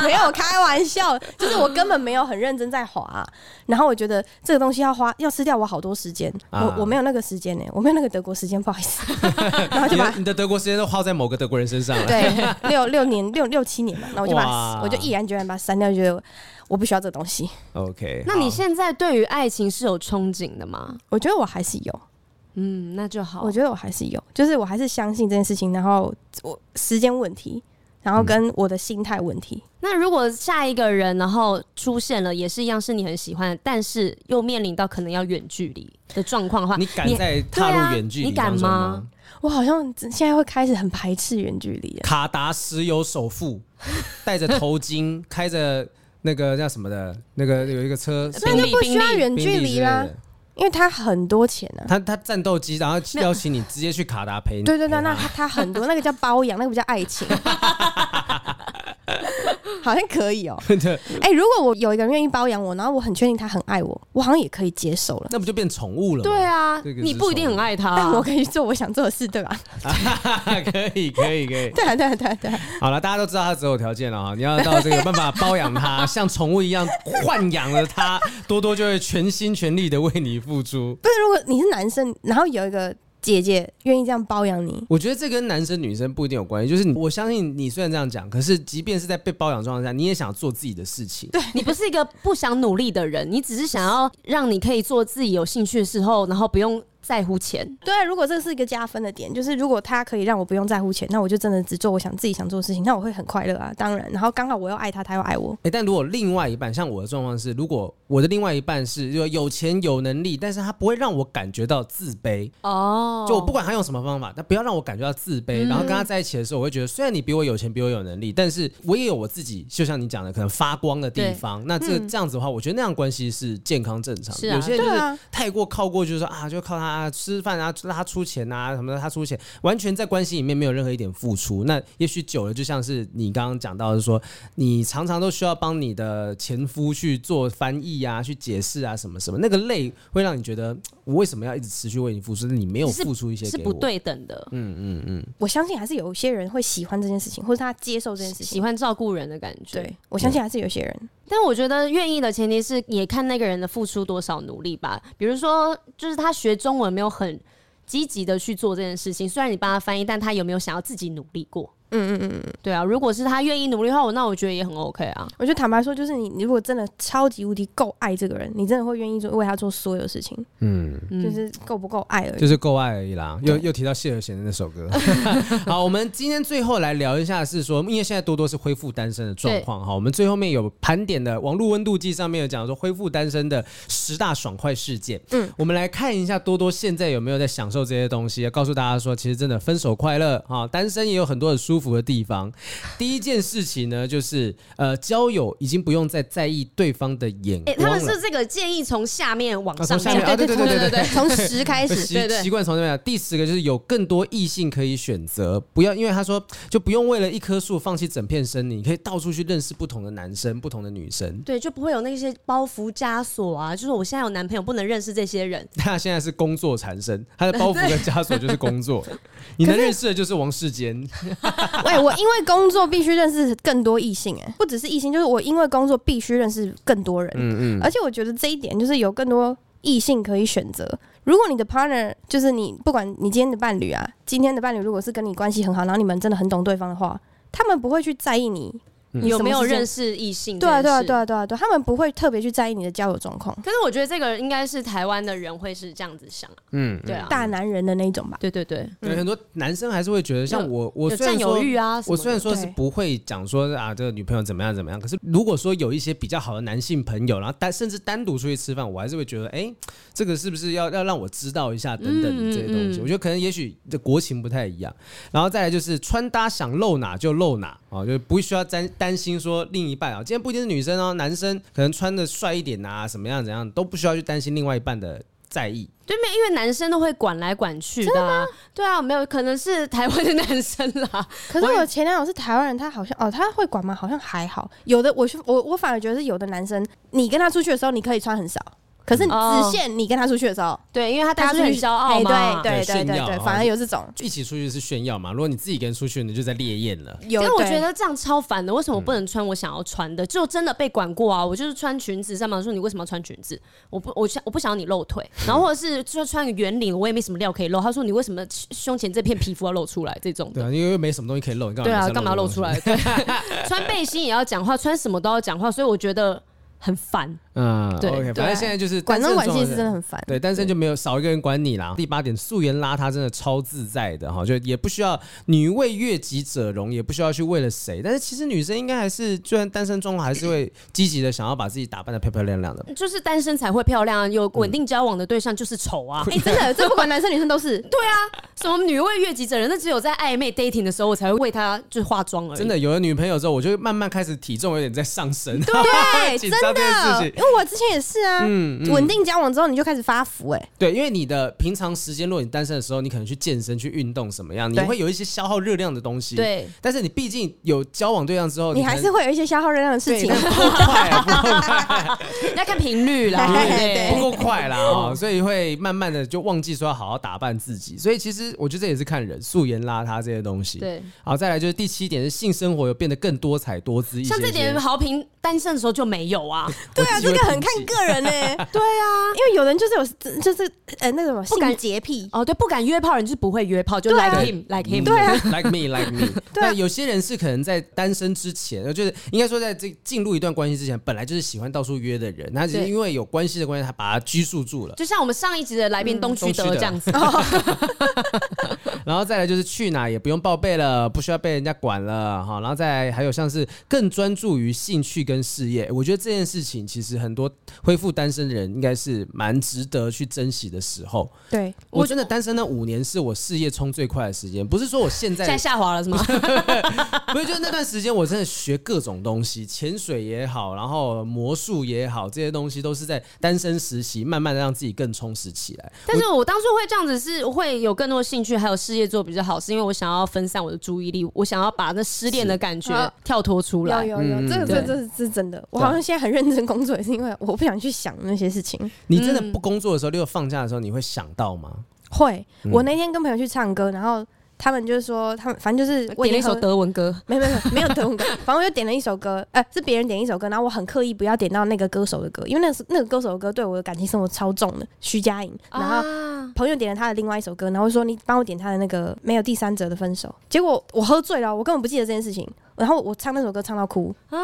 B: 没有开玩笑，就是我根本没有很认真在划。然后我觉得这个东西要花要吃掉我好多时间，
C: 啊
B: 我我没有那个时间呢、我没有那个德国时间，不好意思。然后就
C: 你
B: 把
C: 的你的德国时间都花在某个德国人身上了。
B: 啊对六六年六六七年嘛，那我就把它
C: 哇
B: 我就毅然决然把它删掉，觉得我不需要这个东西。
C: OK，
B: 啊
A: 那你
C: 好
A: 现在对于爱情是有憧憬的吗？
B: 我觉得我还是有，
A: 嗯，那就好。
B: 我觉得我还是有，就是我还是相信这件事情，然后我时间问题，然后跟我的心态问题。
A: 那如果下一个人然后出现了，也是一样是你很喜欢的，但是又面临到可能要远距离的状况的话，
C: 你敢再踏
A: 对啊
C: 入远距离
A: 你敢
C: 当中
A: 吗
C: 吗？
B: 我好像只现在会开始很排斥远距离了，
C: 卡达石油 首富，戴着头巾，开着那个叫什么的，那个有一个车，
A: 所
B: 所以
A: 宾
B: 就
A: 利
B: 不需要
A: 宾利
B: 远
C: 宾
B: 距
C: 利之
B: 离啊
C: 类
B: 啦，
C: 的
B: 因为他很多钱啊。
C: 他他战斗机，然后邀请你直接去卡达陪你。
B: 对对
C: 陪
B: 对，
C: 他
B: 那他他很多那个叫包养，那个不叫爱 情，好像可以哦、
C: 对
B: 哎、如果我有一个人愿意包养我，然后我很确定他很爱我，我好像也可以接受了。
C: 那不就变宠物了？
A: 对啊，
C: 这个
A: 你
C: 是
A: 不一定很爱
C: 啊
A: 他、 啊
B: 但我可以做我想做的事，对吧？
C: 吗，
B: 啊
C: 可以可以可以。
B: 对啊，对啊，对啊，对啊。
C: 好了，大家都知道他择偶条件了哈，你要到这个有办法包养他，像宠物一样豢养了他，多多就会全心全力的为你付出。
B: 不是，如果你是男生，然后有一个姐姐愿意这样包养你，
C: 我觉得这跟男生女生不一定有关系，就是你我相信你虽然这样讲，可是即便是在被包养状态下，你也想做自己的事情。对，
A: 你不是一个不想努力的人，你只是想要让你可以做自己有兴趣的时候，然后不用在乎钱。
B: 对啊，如果这是一个加分的点，就是如果他可以让我不用在乎钱，那我就真的只做我想自己想做的事情，那我会很快乐啊。当然，然后刚好我又爱他，他又爱我，
C: 哎、但如果另外一半像我的状况是，如果我的另外一半是有有钱有能力，但是他不会让我感觉到自卑，
A: 哦，嗯
C: 就我不管他用什么方法，他不要让我感觉到自卑。然后跟他在一起的时候，我会觉得虽然你比我有钱，比我有能力，但是我也有我自己，就像你讲的，可能发光的地方。那这、这样子的话，我觉得那样关系是健康正常的。
A: 嗯是啊
C: 有些人就
B: 对
C: 是
B: 啊
C: 太过靠过，就是说啊，就靠他、吃饭啊，让他出钱啊，什么的，他出钱，完全在关系里面没有任何一点付出。那也许久了，就像是你刚刚讲到的说，你常常都需要帮你的前夫去做翻译啊，去解释啊，什么什么，那个累会让你觉得我为什么要一直持续为你付出？你没有
A: 是
C: 付出一些
A: 是
C: 给我，嗯
A: 不对等的，
B: 我相信还是有一些人会喜欢这件事情，或者他接受这件事
A: 喜
B: 情。
A: 欢照顾人的感觉。
B: 对，我相信还是有些人，
A: 但我觉得愿意的前提是也看那个人的付出多少努力吧。比如说，就是他学中文没有很积极的去做这件事情，虽然你帮他翻译，但他有没有想要自己努力过？
B: 嗯嗯嗯嗯，
A: 对啊，如果是他愿意努力的话，我那我觉得也很 OK 啊。
B: 我觉得坦白说，就是你你如果真的超级无敌够爱这个人，你真的会愿意做为他做所有事情，
C: 嗯。
A: 嗯
B: 就是够不够爱而已。
C: 就是够爱而已啦，又
B: 对
C: 又提到谢和弦的那首歌。 好，我们今天最后来聊一下，是说，因为现在多多是恢复单身的状况哈，我们最后面有盘点的网络温度计上面有讲说恢复单身的十大爽快事件。嗯，我们来看一下多多现在有没有在享受这些东西，要告诉大家说，其实真的分手快乐啊，单身也有很多很舒服的地方。第一件事情呢，就是呃，交友已经不用再在意对方的眼
A: 哎、
C: 光
A: 他
C: 了。
A: 们是这个建议从哦下面往
C: 啊
A: 上
C: 从下面
A: 讲
C: 啊对对对对
A: 对，
B: 哎从十开始，
C: 习
A: 对对
C: 习惯从那边来。第十个就是有更多异性可以选择，不要因为他说就不用为了一棵树放弃整片森林，你可以到处去认识不同的男生、不同的女生。
A: 对，就不会有那些包袱枷锁啊。就是我现在有男朋友，不能认识这些人。
C: 他现在是工作 缠身，他的包袱跟枷锁就是工作。你能认识的就是王世 坚，
B: 喂，我因为工作必须认识更多异性、哎，不只是异性，就是我因为工作必须认识更多人。嗯嗯，而且我觉得这一点就是有更多。异性可以选择。如果你的 partner 就是你，不管你今天的伴侣啊，今天的伴侣如果是跟你关系很好，然后你们真的很懂对方的话，他们不会去在意你
C: 嗯
A: 有没有认
B: 识。
A: 识异性？
B: 对啊，对啊，对
A: 啊。
B: 啊，对啊，对啊，他们不会特别去在意你的交友状况，
A: 可是我觉得这个应该是台湾的人会是这样子想啊，
C: 嗯，
A: 对啊，
B: 大男人的那一种吧。
A: 对对对，
C: 对，很多男生还是会觉得，像我，我
A: 有
C: 虽然
A: 占有
C: 说。
A: 欲啊什么的，
C: 我虽然说是
B: 对
C: 不会讲说啊，这个女朋友怎么样怎么样，可是如果说有一些比较好的男性朋友，然后单甚至单独出去吃饭，我还是会觉得，哎、这个是不是要要让我知道一下等等
A: 嗯嗯
C: 这些东西？
A: 嗯
C: 我觉得可能也许这国情不太一样，然后再来就是穿搭想露哪就露哪啊、哦，就不需要担担心说另一半啊，今天不一定是女生哦，男生可能穿的帅一点啊，什么样怎样都不需要去担心另外一半的在意。
A: 对没有，因为男生都会管来管去的、啊，对啊，没有，可能是台湾的男生啦，
B: 可是我前男友是台湾人，他好像哦，他会管吗？好像还好。有的我去我我反而觉得是有的男生，你跟他出去的时候，你可以穿很少，可是
A: 哦
B: 只限你跟他出去的时候，
A: 对，因为他
B: 大
A: 大
B: 家
A: 家
B: 出
A: 很
B: 去
A: 骄傲啊嘛，
B: 哎对对
C: 对
B: 对
C: 炫
B: 对
C: 耀
B: 对，
C: 哦
B: 反而有这种
C: 一起出去是炫耀嘛，如果你自己一个人出去，你就在烈焰了。
B: 有。
A: 但我
B: 对
A: 觉得这样超烦的，为什么我不能穿我想要穿的？就真的被管过啊！我就是穿裙子，上面说你为什么要穿裙子？我不，我想我不想要你露 腿，然后或者是就穿个圆领，我也没什么料可以露。他说你为什么胸胸前这片皮肤要露出来？这种
C: 对
A: 的。
C: 啊，因为又没什么东西可以露，你干嘛？
A: 对啊，干嘛要露出？来？对， 穿背心也要讲话，穿什么都要讲话，所以我觉得很烦。
C: 嗯，
A: 对
C: o k 反正现在就是
B: 啊管
C: 单
B: 东
C: 身
B: 管
C: 状
B: 西
C: 态
B: 是真的很烦。
C: 对，单身就没有少一个人管你啦。第八点，素颜邋遢真的超自在的哈，就也不需要女为悦己者容，也不需要去为了谁。但是其实女生应该还是，虽然单身状况，还是会积极的想要把自己打扮的漂漂亮亮的。
A: 就是单身才会漂亮啊，有
C: 嗯
A: 稳定交往的对象就是丑啊。
B: 哎，真的，这不管男生女生都 是。对，
A: 什么女为悦己者容，那只有在暧昧 dating 的时候，我才会为他就是化妆而已。
C: 真的有了女朋友之后，我就慢慢开始体重有点在上升。
B: 对，啊哎
C: 紧
B: 真
C: 张这件事
B: 的，
C: 情
B: 因为我之前也是啊，稳定交往之后你就开始发福，哎，
C: 对，因为你的平常时间，如果你单身的时候，你可能去健身、去运动什么样，你
B: 对
C: 会有一些消耗热量的东西。，
A: 对，
C: 但是你毕竟有交往对象之后，
B: 哦你还
C: 可
B: 是
C: 能
B: 会有一些消耗热量的事
C: 对
B: 情
C: 但。不够快啊，不够快，
A: 要看频率啦，
B: 哦对
A: 不对
B: 对
C: 不够快 啦哦，所以会慢慢的就忘记说要好好打扮自己。所以其实我觉得这也是看人，素颜邋遢这些东西。，
A: 对，
C: 好，再来就是第七点是性生活有变得更多彩多姿一些些。
A: 像这点豪平单身的时候就没有 啊，
C: 我
B: 对啊，
C: 自
B: 这
C: 己会
B: 个很
C: 抨
B: 看
C: 击
B: 个人 呢、对啊，因为有人就是有，就是呃那种
A: 不敢
B: 性洁癖，
A: 哦，对，不敢约炮的人就是不会约炮，就
B: 对啊
A: like him，like him，
B: 对啊
C: ，like me，like me。
B: 对啊
C: 但有些人是可能在单身之前，呃就是应该说在这进入一段关系之前，本来就是喜欢到处约的人，那只是
A: 对
C: 因为有关系的关系，他把他拘束住了。
A: 就像我们上一集的来宾东区
C: 嗯东区
A: 德
C: 德
A: 这样 子，
C: 然后再来就是去哪也不用报备了，不需要被人家管了哈。然后再来还有像是更专注于兴趣跟事业，我觉得这件事情其实很多恢复单身的人应该是蛮值得去珍惜的时候。
B: 对，
C: 我真的单身那五年是我事业冲最快的时间，不是说我现 在
A: 现在下滑了是吗？
C: 不 是，就是那段时间我真的学各种东西，潜水也好，然后魔术也好，这些东西都是在单身时期慢慢的让自己更充实起来。
A: 但是我当初会这样子，是会有更多的兴趣，还有事业做比较好，是因为我想要分散我的注意力，我想要把那失恋的感觉
B: 啊
A: 跳脱出
B: 有
A: 来。
B: 有有，这个
A: 对
B: 这这是真的。我好像现在很认真工作，也是因为我不想去想那些事情。
C: 你真的不工作的时候，例如放假的时候，你会想到吗？
B: 会，嗯我那天跟朋友去唱歌，然后他们就是说，他们反正就是我
A: 点了
B: 已
A: 一
B: 经喝
A: 首德文歌，
B: 没没没没有德文歌，反正我就点了一首歌，呃，是别人点一首歌，然后我很刻意不要点到那个歌手的歌，因为那是那个歌手的歌对我的感情生活超重的，徐佳莹。然后
A: 啊
B: 朋友点了他的另外一首歌，然后说你帮我点他的那个没有第三者的分手。结果我喝醉了，我根本不记得这件事情。然后我唱那首歌唱到哭，
C: 你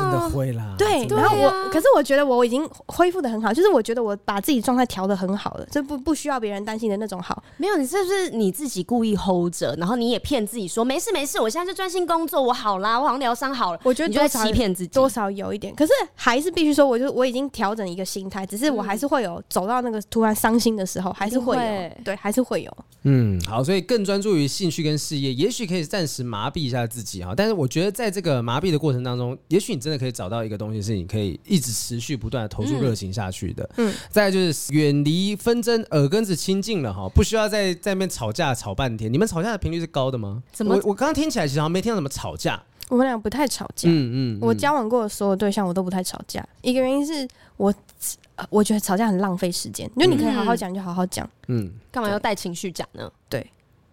C: 真的会啦，
B: 对
C: 真，的
B: 然后
A: 对
B: 我、
A: 啊
B: 可是我觉得我已经恢复的很好，就是我觉得我把自己状态调的很好了，这不不需要别人担心的那种好。
A: 没有，你是不是你自己故意 hold 着，然后你也骗自己说没事没事，我现在就专心工作，我好啦，我好像疗伤好了，
B: 我觉得
A: 你就在
B: 多少
A: 欺骗自己。
B: 多少有一点，可是还是必须说，我就我已经调整一个心态，只是我还是会有走到那个突然伤心的时候，还是会
A: 嗯一
B: 有，
A: 定会欸
B: 对，还是会有。
C: 嗯，好，所以更专注于兴趣跟事业，也许可以暂时麻痹一下自己哈。但是我觉得在这个麻痹的过程当中，也许你真的可以找到一个东西，是你可以一直持续不断的投入热情下去的。嗯，再来就是远离纷争，耳根子清净了哈，不需要再在那边吵架吵半天。你们吵架的频率是高的吗？
A: 怎么
C: 我我刚刚听起来其实好像没听到怎么吵架。
B: 我们俩不太吵架，
C: 嗯嗯，
B: 我交往过的所有对象我都不太吵架，一个原因是我。呃我觉得吵架很浪费时间，就你可以好好讲就好好讲，
C: 嗯，
A: 干嘛要带情绪讲呢？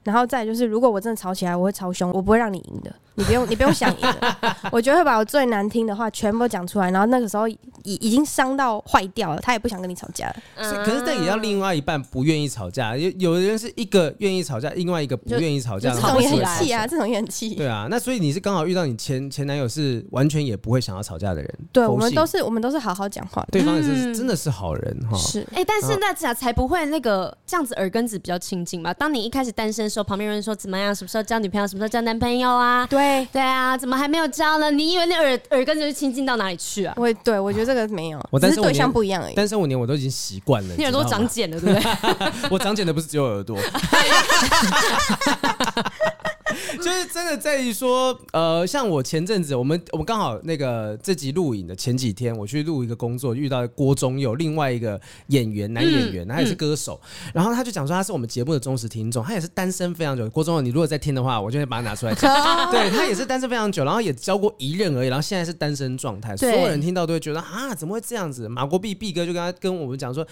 B: 然后再来就是，如果我真的吵起来，我会超凶，我不会让你赢的，你不用你不用想赢了， 我觉得会把我最难听的话全部都讲出来，然后那个时候已已经伤到坏掉了，他也不想跟你吵架了。
A: 嗯
C: 是可是但也要另外一半不愿意吵架，有有的人是一个愿意吵架，另外一个不愿意吵
B: 就
C: 架，
B: 这
C: 然后
B: 种也
A: 起
B: 很
A: 来
B: 气啊，这种也很气。
C: 对啊，那所以你是刚好遇到你前前男友是完全也不会想要吵架的人，
B: 对，
C: 佛
B: 我们
C: 系
B: 都是我们都是好好讲话的。
C: 对方也是、
A: 嗯
C: 真的是好人哈。
B: 是，
A: 哎、但
C: 嗯
A: 是那才才不会那个这样子耳根子比较清净吧？当你一开始单身的时候，旁边有人说怎么样，什么时候交女朋友，什么时候交男朋友啊？
B: 对，
A: 对啊，怎么还没有交呢？你以为那耳耳根子就清净到哪里去啊？
B: 我对我觉得这个没有
C: 我，
B: 只
C: 但是
B: 是
C: 我
B: 对象
C: 连
B: 不一样而已。
C: 单身五年我都已经习惯了，
A: 你耳朵
C: 知道吗
A: 长，茧了，对不对？
C: 我长茧的不是只有 耳朵，就是真的在于说，呃，像我前阵子我们我们刚好那个这集录影的前几天，我去录一个工作，遇到郭忠佑另外一个演员男演
A: 嗯
C: 员，他也是歌手，然后他就讲说他是我们节目的忠实听众，他也是单身非常久。郭忠佑，你如果在听的话，我就会把它拿出来讲。 对他也是单身非常久，然后也交过一任而已，然后现在是单身状态，所
A: 对
C: 有人听到都会觉得啊，怎么会这样子？马国碧碧哥就跟他跟我们讲说。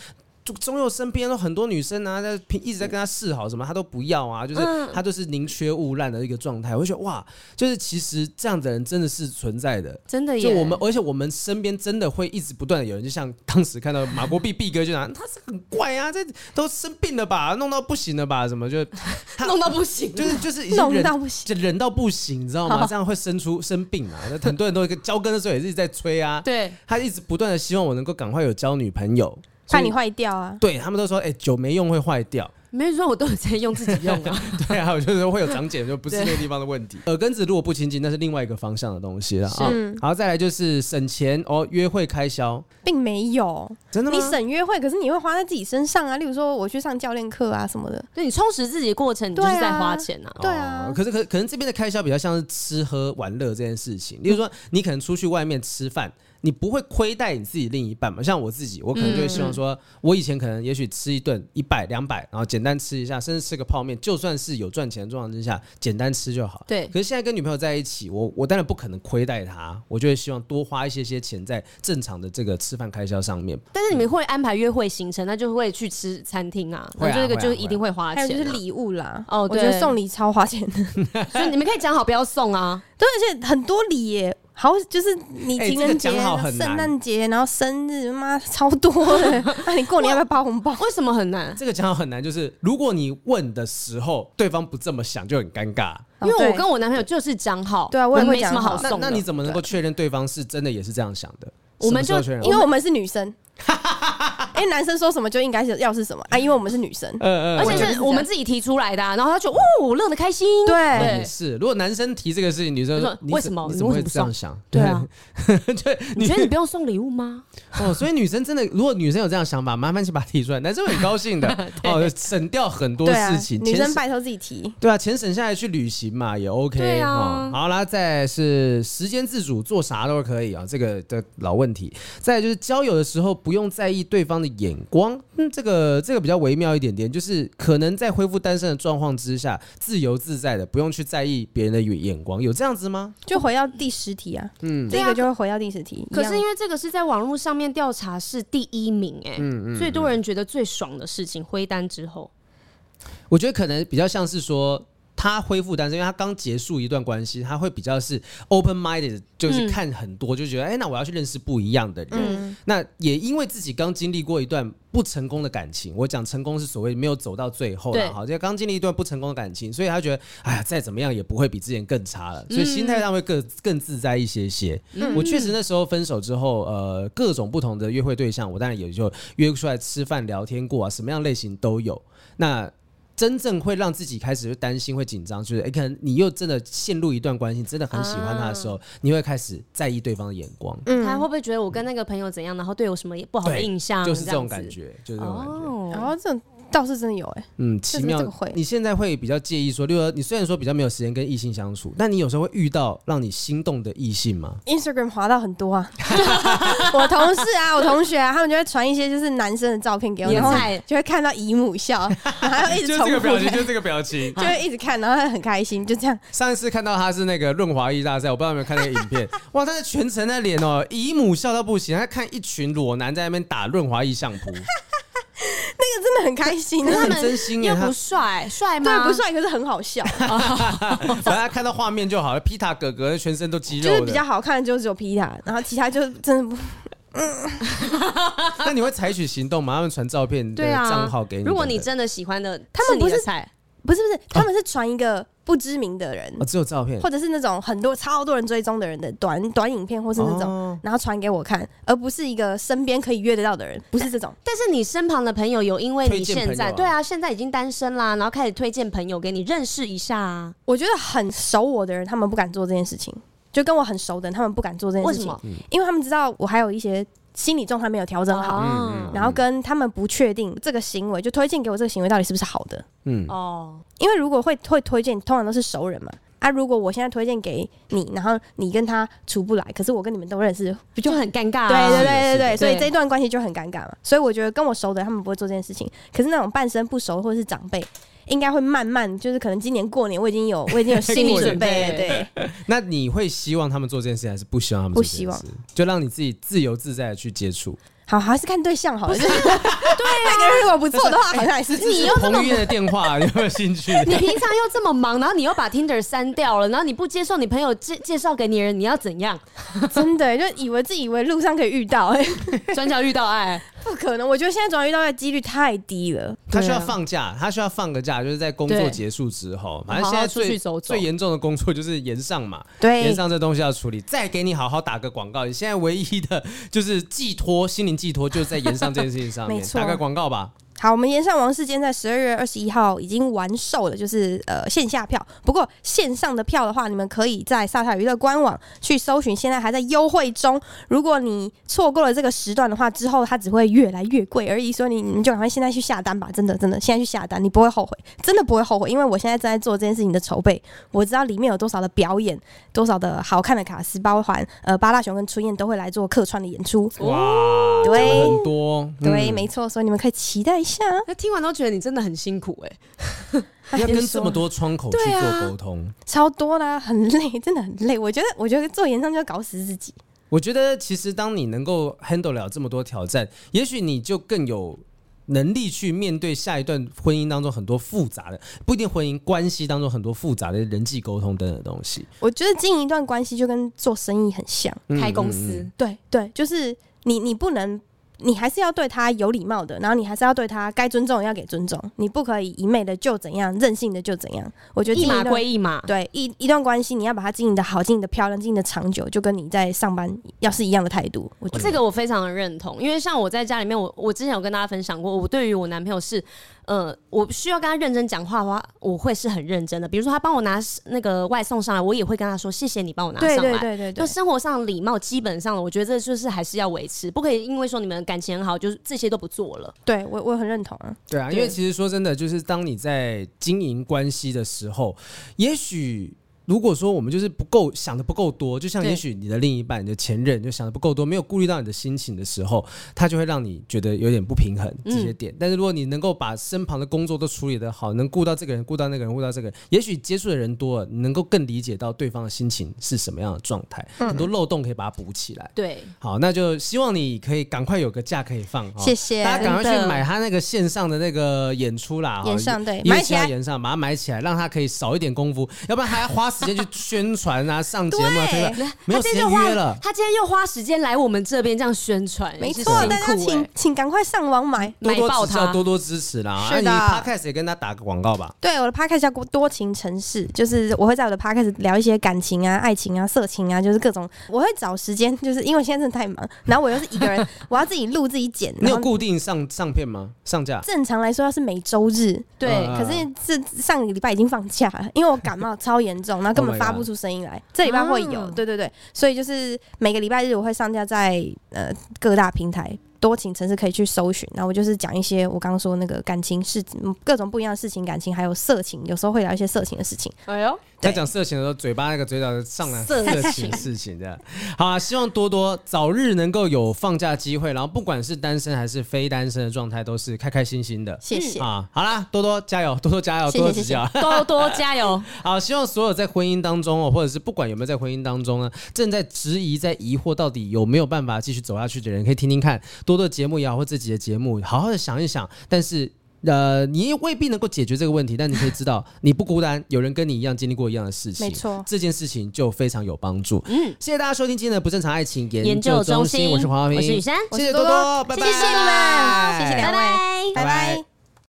C: 就中佑身边有很多女生啊，在拼一直在跟他示好，什么他都不要啊，就是
A: 嗯
C: 他就是宁缺毋滥的一个状态。我就觉得哇，就是其实这样的人真的是存在的。
A: 真的耶，
C: 就我们，而且我们身边真的会一直不断的有人，就像当时看到马国碧碧哥 就讲，他是很怪啊，这都生病了吧，弄到不行了吧，什么就
A: 弄到不行。
C: 就是就是已经
B: 弄
C: 忍
B: 到不行，
C: 就忍到不行，你知道吗？这样会生出生病啊！那很多人都交根的时候也是一直在催啊，
A: 对，
C: 他一直不断的希望我能够赶快有交女朋友，
B: 怕
C: 所以
B: 你坏掉啊。
C: 对他们都说，哎、酒没用会坏掉。
A: 没人说我都有在用自己用啊。
C: 对啊，我就是会有长茧，就不是那个地方的问题。耳根子如果不清净，那是另外一个方向的东西了啊。好，再来就是省钱哦，约会开销，
B: 并没有，
C: 真的吗？
B: 你省约会，可是你会花在自己身上啊。例如说，我去上教练课啊什么的。
A: 对你充实自己的过程，你就是在花钱啊。
B: 对啊
C: 哦可是可可能这边的开销比较像是吃喝玩乐这件事情，例如
B: 嗯
C: 说你可能出去外面吃饭。你不会亏待你自己另一半嘛？像我自己，我可能就会希望
B: 嗯
C: 说，我以前可能也许吃一顿一百两百，然后简单吃一下，甚至吃个泡面，就算是有赚钱的状况之下，简单吃就好。
A: 对
C: 可是现在跟女朋友在一起，我我当然不可能亏待她，我就会希望多花一些些钱在正常的这个吃饭开销上面。
A: 但是你们会安排约会行程，那就会去吃餐厅啊，
C: 会啊
A: 那这个
C: 会啊
A: 就一定会花
B: 还有就
A: 钱
B: 是
A: 啊。
B: 礼物啦，
A: 哦
B: 我觉得
A: 对
B: 送礼超花钱的，
A: 所以你们可以讲好不要送啊。
B: 对，而且很多礼耶，好就是你
C: 哎
B: 情
C: 这
B: 人
C: 个
B: 节、
C: 讲好很难
B: 圣诞节，然后生日，妈超多 的。那你过年要不要包红包？
A: 为什么很难？
C: 这个讲好很难，就是如果你问的时候，对方不这么想，就很尴尬。
A: 因为
B: 哦
A: 我
B: 对
A: 跟我男朋友就是讲好，
B: 对啊我
A: 我
B: 也会
A: 没什么
B: 讲好
A: 好
C: 那
A: 送
C: 那
A: 的。
C: 你怎么能够确认对方是真的也是这样想的？
A: 我们
C: 什么
A: 就
C: 时候确认
B: 因为我们是女生，因为男生说什么就应该是要是什么啊，因为我们是女生，
A: 而
C: 呃呃，
A: 且
B: 我也
A: 是
B: 是
A: 我们自己提出来的啊、然后他就哦，乐得开心。
C: 啊
B: 对
C: 也是。如果男生提这个事情，女生
A: 就
C: 说
A: 说
C: 你
A: 为
C: 怎
A: 什么
C: 你怎么
A: 你
C: 会
A: 为什么不
C: 这样想？
A: 对啊，
C: 对，
A: 你觉得你不用送礼物 吗？
C: 哦，所以女生真的，如果女生有这样想法，麻烦请把它提出来，男生会很高兴的 哦，省掉很多
B: 对啊
C: 事，情。
B: 女
C: 钱
B: 生
C: 省
B: 拜托自己提，
C: 对啊，钱省下来去旅行嘛，也 OK
A: 对啊
C: 哦好啦，再来是时间自主，做啥都可以啊、这个的老问题。再来就是交友的时候不用在意对方的眼光，嗯，这个这个比较微妙一点点，就是可能在恢复单身的状况之下，自由自在的，不用去在意别人的眼眼光，有这样子吗？
B: 就回到第十题啊，嗯，
A: 对
B: 这
A: 啊
B: 个就会回到第十题。
A: 可是
B: 一
A: 因
B: 样
A: 为这个是在网络上面调查是第一名、哎、
C: 嗯
A: 最多人觉得最爽的事情，挥单之后，
C: 我觉得可能比较像是说。他恢复单身，因为他刚结束一段关系，他会比较是 open minded，就
A: 嗯
C: 是看很多，就觉得哎、那我要去认识不一样的人。
A: 嗯，
C: 那也因为自己刚经历过一段不成功的感情，我讲成功是所谓没有走到最后
A: 对
C: 了，好，就刚经历一段不成功的感情，所以他觉得，哎呀，再怎么样也不会比之前更差
A: 嗯
C: 了，所以心态上会更更自在一些些。我确实那时候分手之后，呃，各种不同的约会对象，我当然也就约出来吃饭聊天过啊，什么样类型都有。那真正会让自己开始就担心、会紧张，就是哎、诶可能你又真的陷入一段关系，真的很喜欢他的时候，你会开始在意对方的眼光，
A: 他会不会觉得我跟那个朋友怎样，然后对我什么也不好的
C: 嗯对
A: 印象，
C: 就是这种
A: 嗯样子
C: 感。觉，就是这种感觉。
B: 然
A: 哦，
B: 后这种倒是真的有哎，
C: 嗯，奇
B: 是
C: 妙
B: 这个会。
C: 你现在会比较介意说，例如说你虽然说比较没有时间跟异性相处，但你有时候会遇到让你心动的异性吗？
B: Instagram 滑到很多啊，我同事啊，我同学啊，他们就会传一些就是男生的照片给我，
A: 你的
B: 然后
A: 菜
B: 就会看到姨母笑，然后还 会一直重复看，
C: 这个表情。
B: 就会一直看，然后会很开心，就这样。
C: 上一次看到他是那个润滑液大赛，我不知道有没有看那个影片，哇，他的全程的脸哦，姨母笑到不行，他看一群裸男在那边打润滑液相扑，
B: 那个真的很开 心
A: 可。是他
C: 很
A: 们
C: 真心耶
A: 又
C: 他
A: 不帅，帅吗？
B: 对，不，帅，可是很好笑，
C: 反正他看到画面就好了。皮塔哥哥全身都肌
B: 就
C: 肉
B: 是比较
C: 的，
B: 好看的就只有皮塔，然后其他就真的不
C: 那你会采取行动吗？他们传照片的
A: 对啊。
C: 账号给你等等。
A: 如果你真的喜欢的，
B: 他们
A: 是你
B: 不
A: 的
B: 是
A: 菜，
B: 不是不是，他们是传一个不知名的人，
C: 哦只有照片，
B: 或者是那种很多超多人追踪的人的短短影片，或是那种，
C: 哦
B: 然后传给我看，而不是一个身边可以约得到的人，不是这种。
A: 但是你身旁的朋友有因为
C: 推
A: 你
C: 荐
A: 现在、
C: 朋友啊
A: 对啊，现在已经单身啦，然后开始推荐朋友给你认识一下啊？
B: 我觉得很熟我的人，他们不敢做这件事情，就跟我很熟的人，他们不敢做这件
A: 为
B: 事
A: 什
B: 情
A: 么，？
B: 因为他们知道我还有一些心理状态没有调整好。
A: 哦
B: 然后跟他们不确定这个行为，就推荐给我这个行为到底是不是好的？
C: 嗯，
A: 哦，
B: 因为如果会会推荐，通常都是熟人嘛。啊，如果我现在推荐给你，然后你跟他处不来，可是我跟你们都认识，
A: 不就很尴尬、啊？
B: 对对对
C: 是的
A: 是
B: 对对，
A: 的
B: 所以
A: 对
B: 这一段关系就很尴尬嘛。所以我觉得跟我熟的他们不会做这件事情，可是那种半生不熟或者是长辈，应该会慢慢就是可能今年过年我已经有我已 经有心理准备了，
A: 过年
B: 对，
C: 那你会希望他们做这件事，还是不希望他们做
B: 不
C: 这件
B: 希望
C: 事？就让你自己自由自在的去接触。
B: 好还是看对象好了，就是 对啊，那个人如果不错的话，好像还是
C: 这是彭于晏的电 话，你有没有兴趣？
A: 你平常又这么忙，然后你又把 Tinder 删掉了，然后你不接受你朋友介介绍给你的人，你要怎 样？
B: 真的就以为自己以为路上可以遇到，哎，
A: 转角遇到爱，
B: 不可能，我觉得现在转遇到的几率太低了。
C: 他需要放假，他需要放个假，就是在工作
A: 啊对
C: 结束之后。反正
A: 好好
C: 现在
A: 出
C: 最
A: 去走走
C: 最严重的工作就是延上嘛，延
B: 对，
C: 上这东西要处理。再给你好好打个广告，你现在唯一的就是寄托，心灵寄托就是在延上这件事情上面
B: 没。错
C: 打个广告吧，
B: 好，我们延上王世坚在十二月二十一号已经完售了，就是呃线下票。不过线上的票的话，你们可以在萨塔娱乐官网去搜寻，现在还在优惠中。如果你错过了这个时段的话，之后它只会越来越贵而已。所以你你们就赶快现在去下单吧，真的真的，现在去下单，你不会后悔，真的不会后悔。因为我现在正在做这件事情的筹备，我知道里面有多少的表演，多少的好看的卡司，包含呃八大熊跟春燕都会来做客串的演出。
C: 哇，
B: 对
C: 讲了很多，
B: 对，
C: 嗯
B: 没错，所以你们可以期待一下。
A: 那听完都觉得你真的很辛苦哎、
C: 要
B: 哎
C: 跟
B: 你说
C: 这么多窗口去
B: 对啊
C: 做沟通。
B: 超多啦，很累，真的很累。我觉得，我觉得做演唱就要搞死自己。
C: 我觉得其实当你能够 handle 了这么多挑战，也许你就更有。能力去面对下一段婚姻当中很多复杂的，不一定婚姻关系当中很多复杂的人际沟通等等的东西。嗯
B: 我觉得经营一段关系就跟做生意很像，
A: 开公司、
B: 对对，就是你你不能，你还是要对他有礼貌的，然后你还是要对他该尊重的要给尊重，你不可以一昧的就怎样，任性的就怎样。我觉得
A: 一
B: 经营
A: 码
B: 一段
A: 归一码，
B: 对一一段关系，你要把它经营的好，经营的漂亮，经营的长久，就跟你在上班要是一样的态度。我觉得
A: 这个我非常的认同，因为像我在家里面，我我之前有跟大家分享过，我对于我男朋友是，呃，我需要跟他认真讲话的话，我会是很认真的。比如说他帮我拿那个外送上来，我也会跟他说谢谢你帮我拿上
B: 对
A: 来。
B: 对对对对
A: 就，生活上礼貌，基本上我觉得这就是还是要维持，不可以因为说你们感情很好，就是这些都不做了。
B: 对我我很认同啊。
C: 对啊，因为其实说真的，就是当你在经营关系的时候，也许如果说我们就是不够想的不够多，就像
A: 对
C: 也许你的另一半、你的前任就想的不够多，没有顾虑到你的心情的时候，他就会让你觉得有点不平衡这些点。但是如果你能够把身旁的工作都处理得好，能顾到这个人、顾到那个人、顾到这个人，也许接触的人多了，你能够更理解到对方的心情是什么样的状态，很多漏洞可以把它补起来。
A: 对，
C: 好，那就希望你可以赶快有个假可以放。哦
B: 谢谢
C: 大家赶快
A: 真
C: 去
A: 的
C: 买他那个线上的那个演出啦，
B: 演上对
C: 买
B: 买
C: 起
B: 起
C: 来
B: 来
C: 演上，把它买起来，让他可以少一点功夫，要不然还要花时间去宣传啊、上节目啊，
B: 对
C: 推广没有时
A: 今天
C: 间
A: 就
C: 约
A: 花
C: 了。
A: 他今天又花时间来我们这边这样宣传，
B: 没
A: 也哎是
B: 错，
A: 辛
B: 大家
A: 苦
B: 请
A: 欸
B: 请赶快上网买。
C: 多
A: 买爆
C: 多指教，
A: 他
C: 多多支持啦！
B: 是的
C: 啊、你 podcast 也跟他打个广告吧。
B: 对，我的 podcast 叫多情城市，就是我会在我的 podcast 聊一些感情啊、爱情啊、色情啊，就是各种。我会找时间， 就是因为现在真的太忙，然后我又是一个 人，我要自己录自己剪。
C: 你
B: 然
C: 有
B: 后
C: 固定上上片吗？上架？
B: 正常来说要是每周日，
A: 对
C: 啊
B: 可是这上个礼拜已经放假了，因为我感冒超严重，然后根
C: Oh
B: 本
C: my
B: 发
C: God 嗯
B: 不出声音来。这礼拜会有，
A: 啊
B: 对对对，所以就是每个礼拜日我会上架在呃各大平台。多情城市可以去搜寻，然后我就是讲一些我刚刚说那个感情事，嗯各种不一样的事情，感情还有色情，有时候会聊一些色情的事情。
A: 哎呦，
C: 他
B: 对
C: 讲色情的时候，嘴巴那个嘴角就上来
A: 色
C: 色情
A: 情
C: 事情这样。好、啊，希望多多早日能够有放假机会，然后不管是单身还是非单身的状态，都是开开心心的。
D: 谢谢。
C: 啊，好啦，多多加油，多多加油，
D: 谢谢
C: 多多指教。
A: 多多加油，
C: 好，希望所有在婚姻当中哦，或者是不管有没有在婚姻当中呢，正在质疑、在疑惑到底有没有办法继续走下去的人，可以听听看多多的节目也好，或自己的节目，好好的想一想。但是。呃，你也未必能够解决这个问题，但你可以知道你不孤单，有人跟你一样经历过一样的事情，
B: 没错
C: 这件事情就非常有帮助。嗯，谢谢大家收听今天的不正常爱情
A: 研
C: 研
A: 究
C: 中
A: 中心
C: 我是黄浩平，
A: 我是雨珊
C: 谢谢多多，拜拜，
A: 谢谢你们。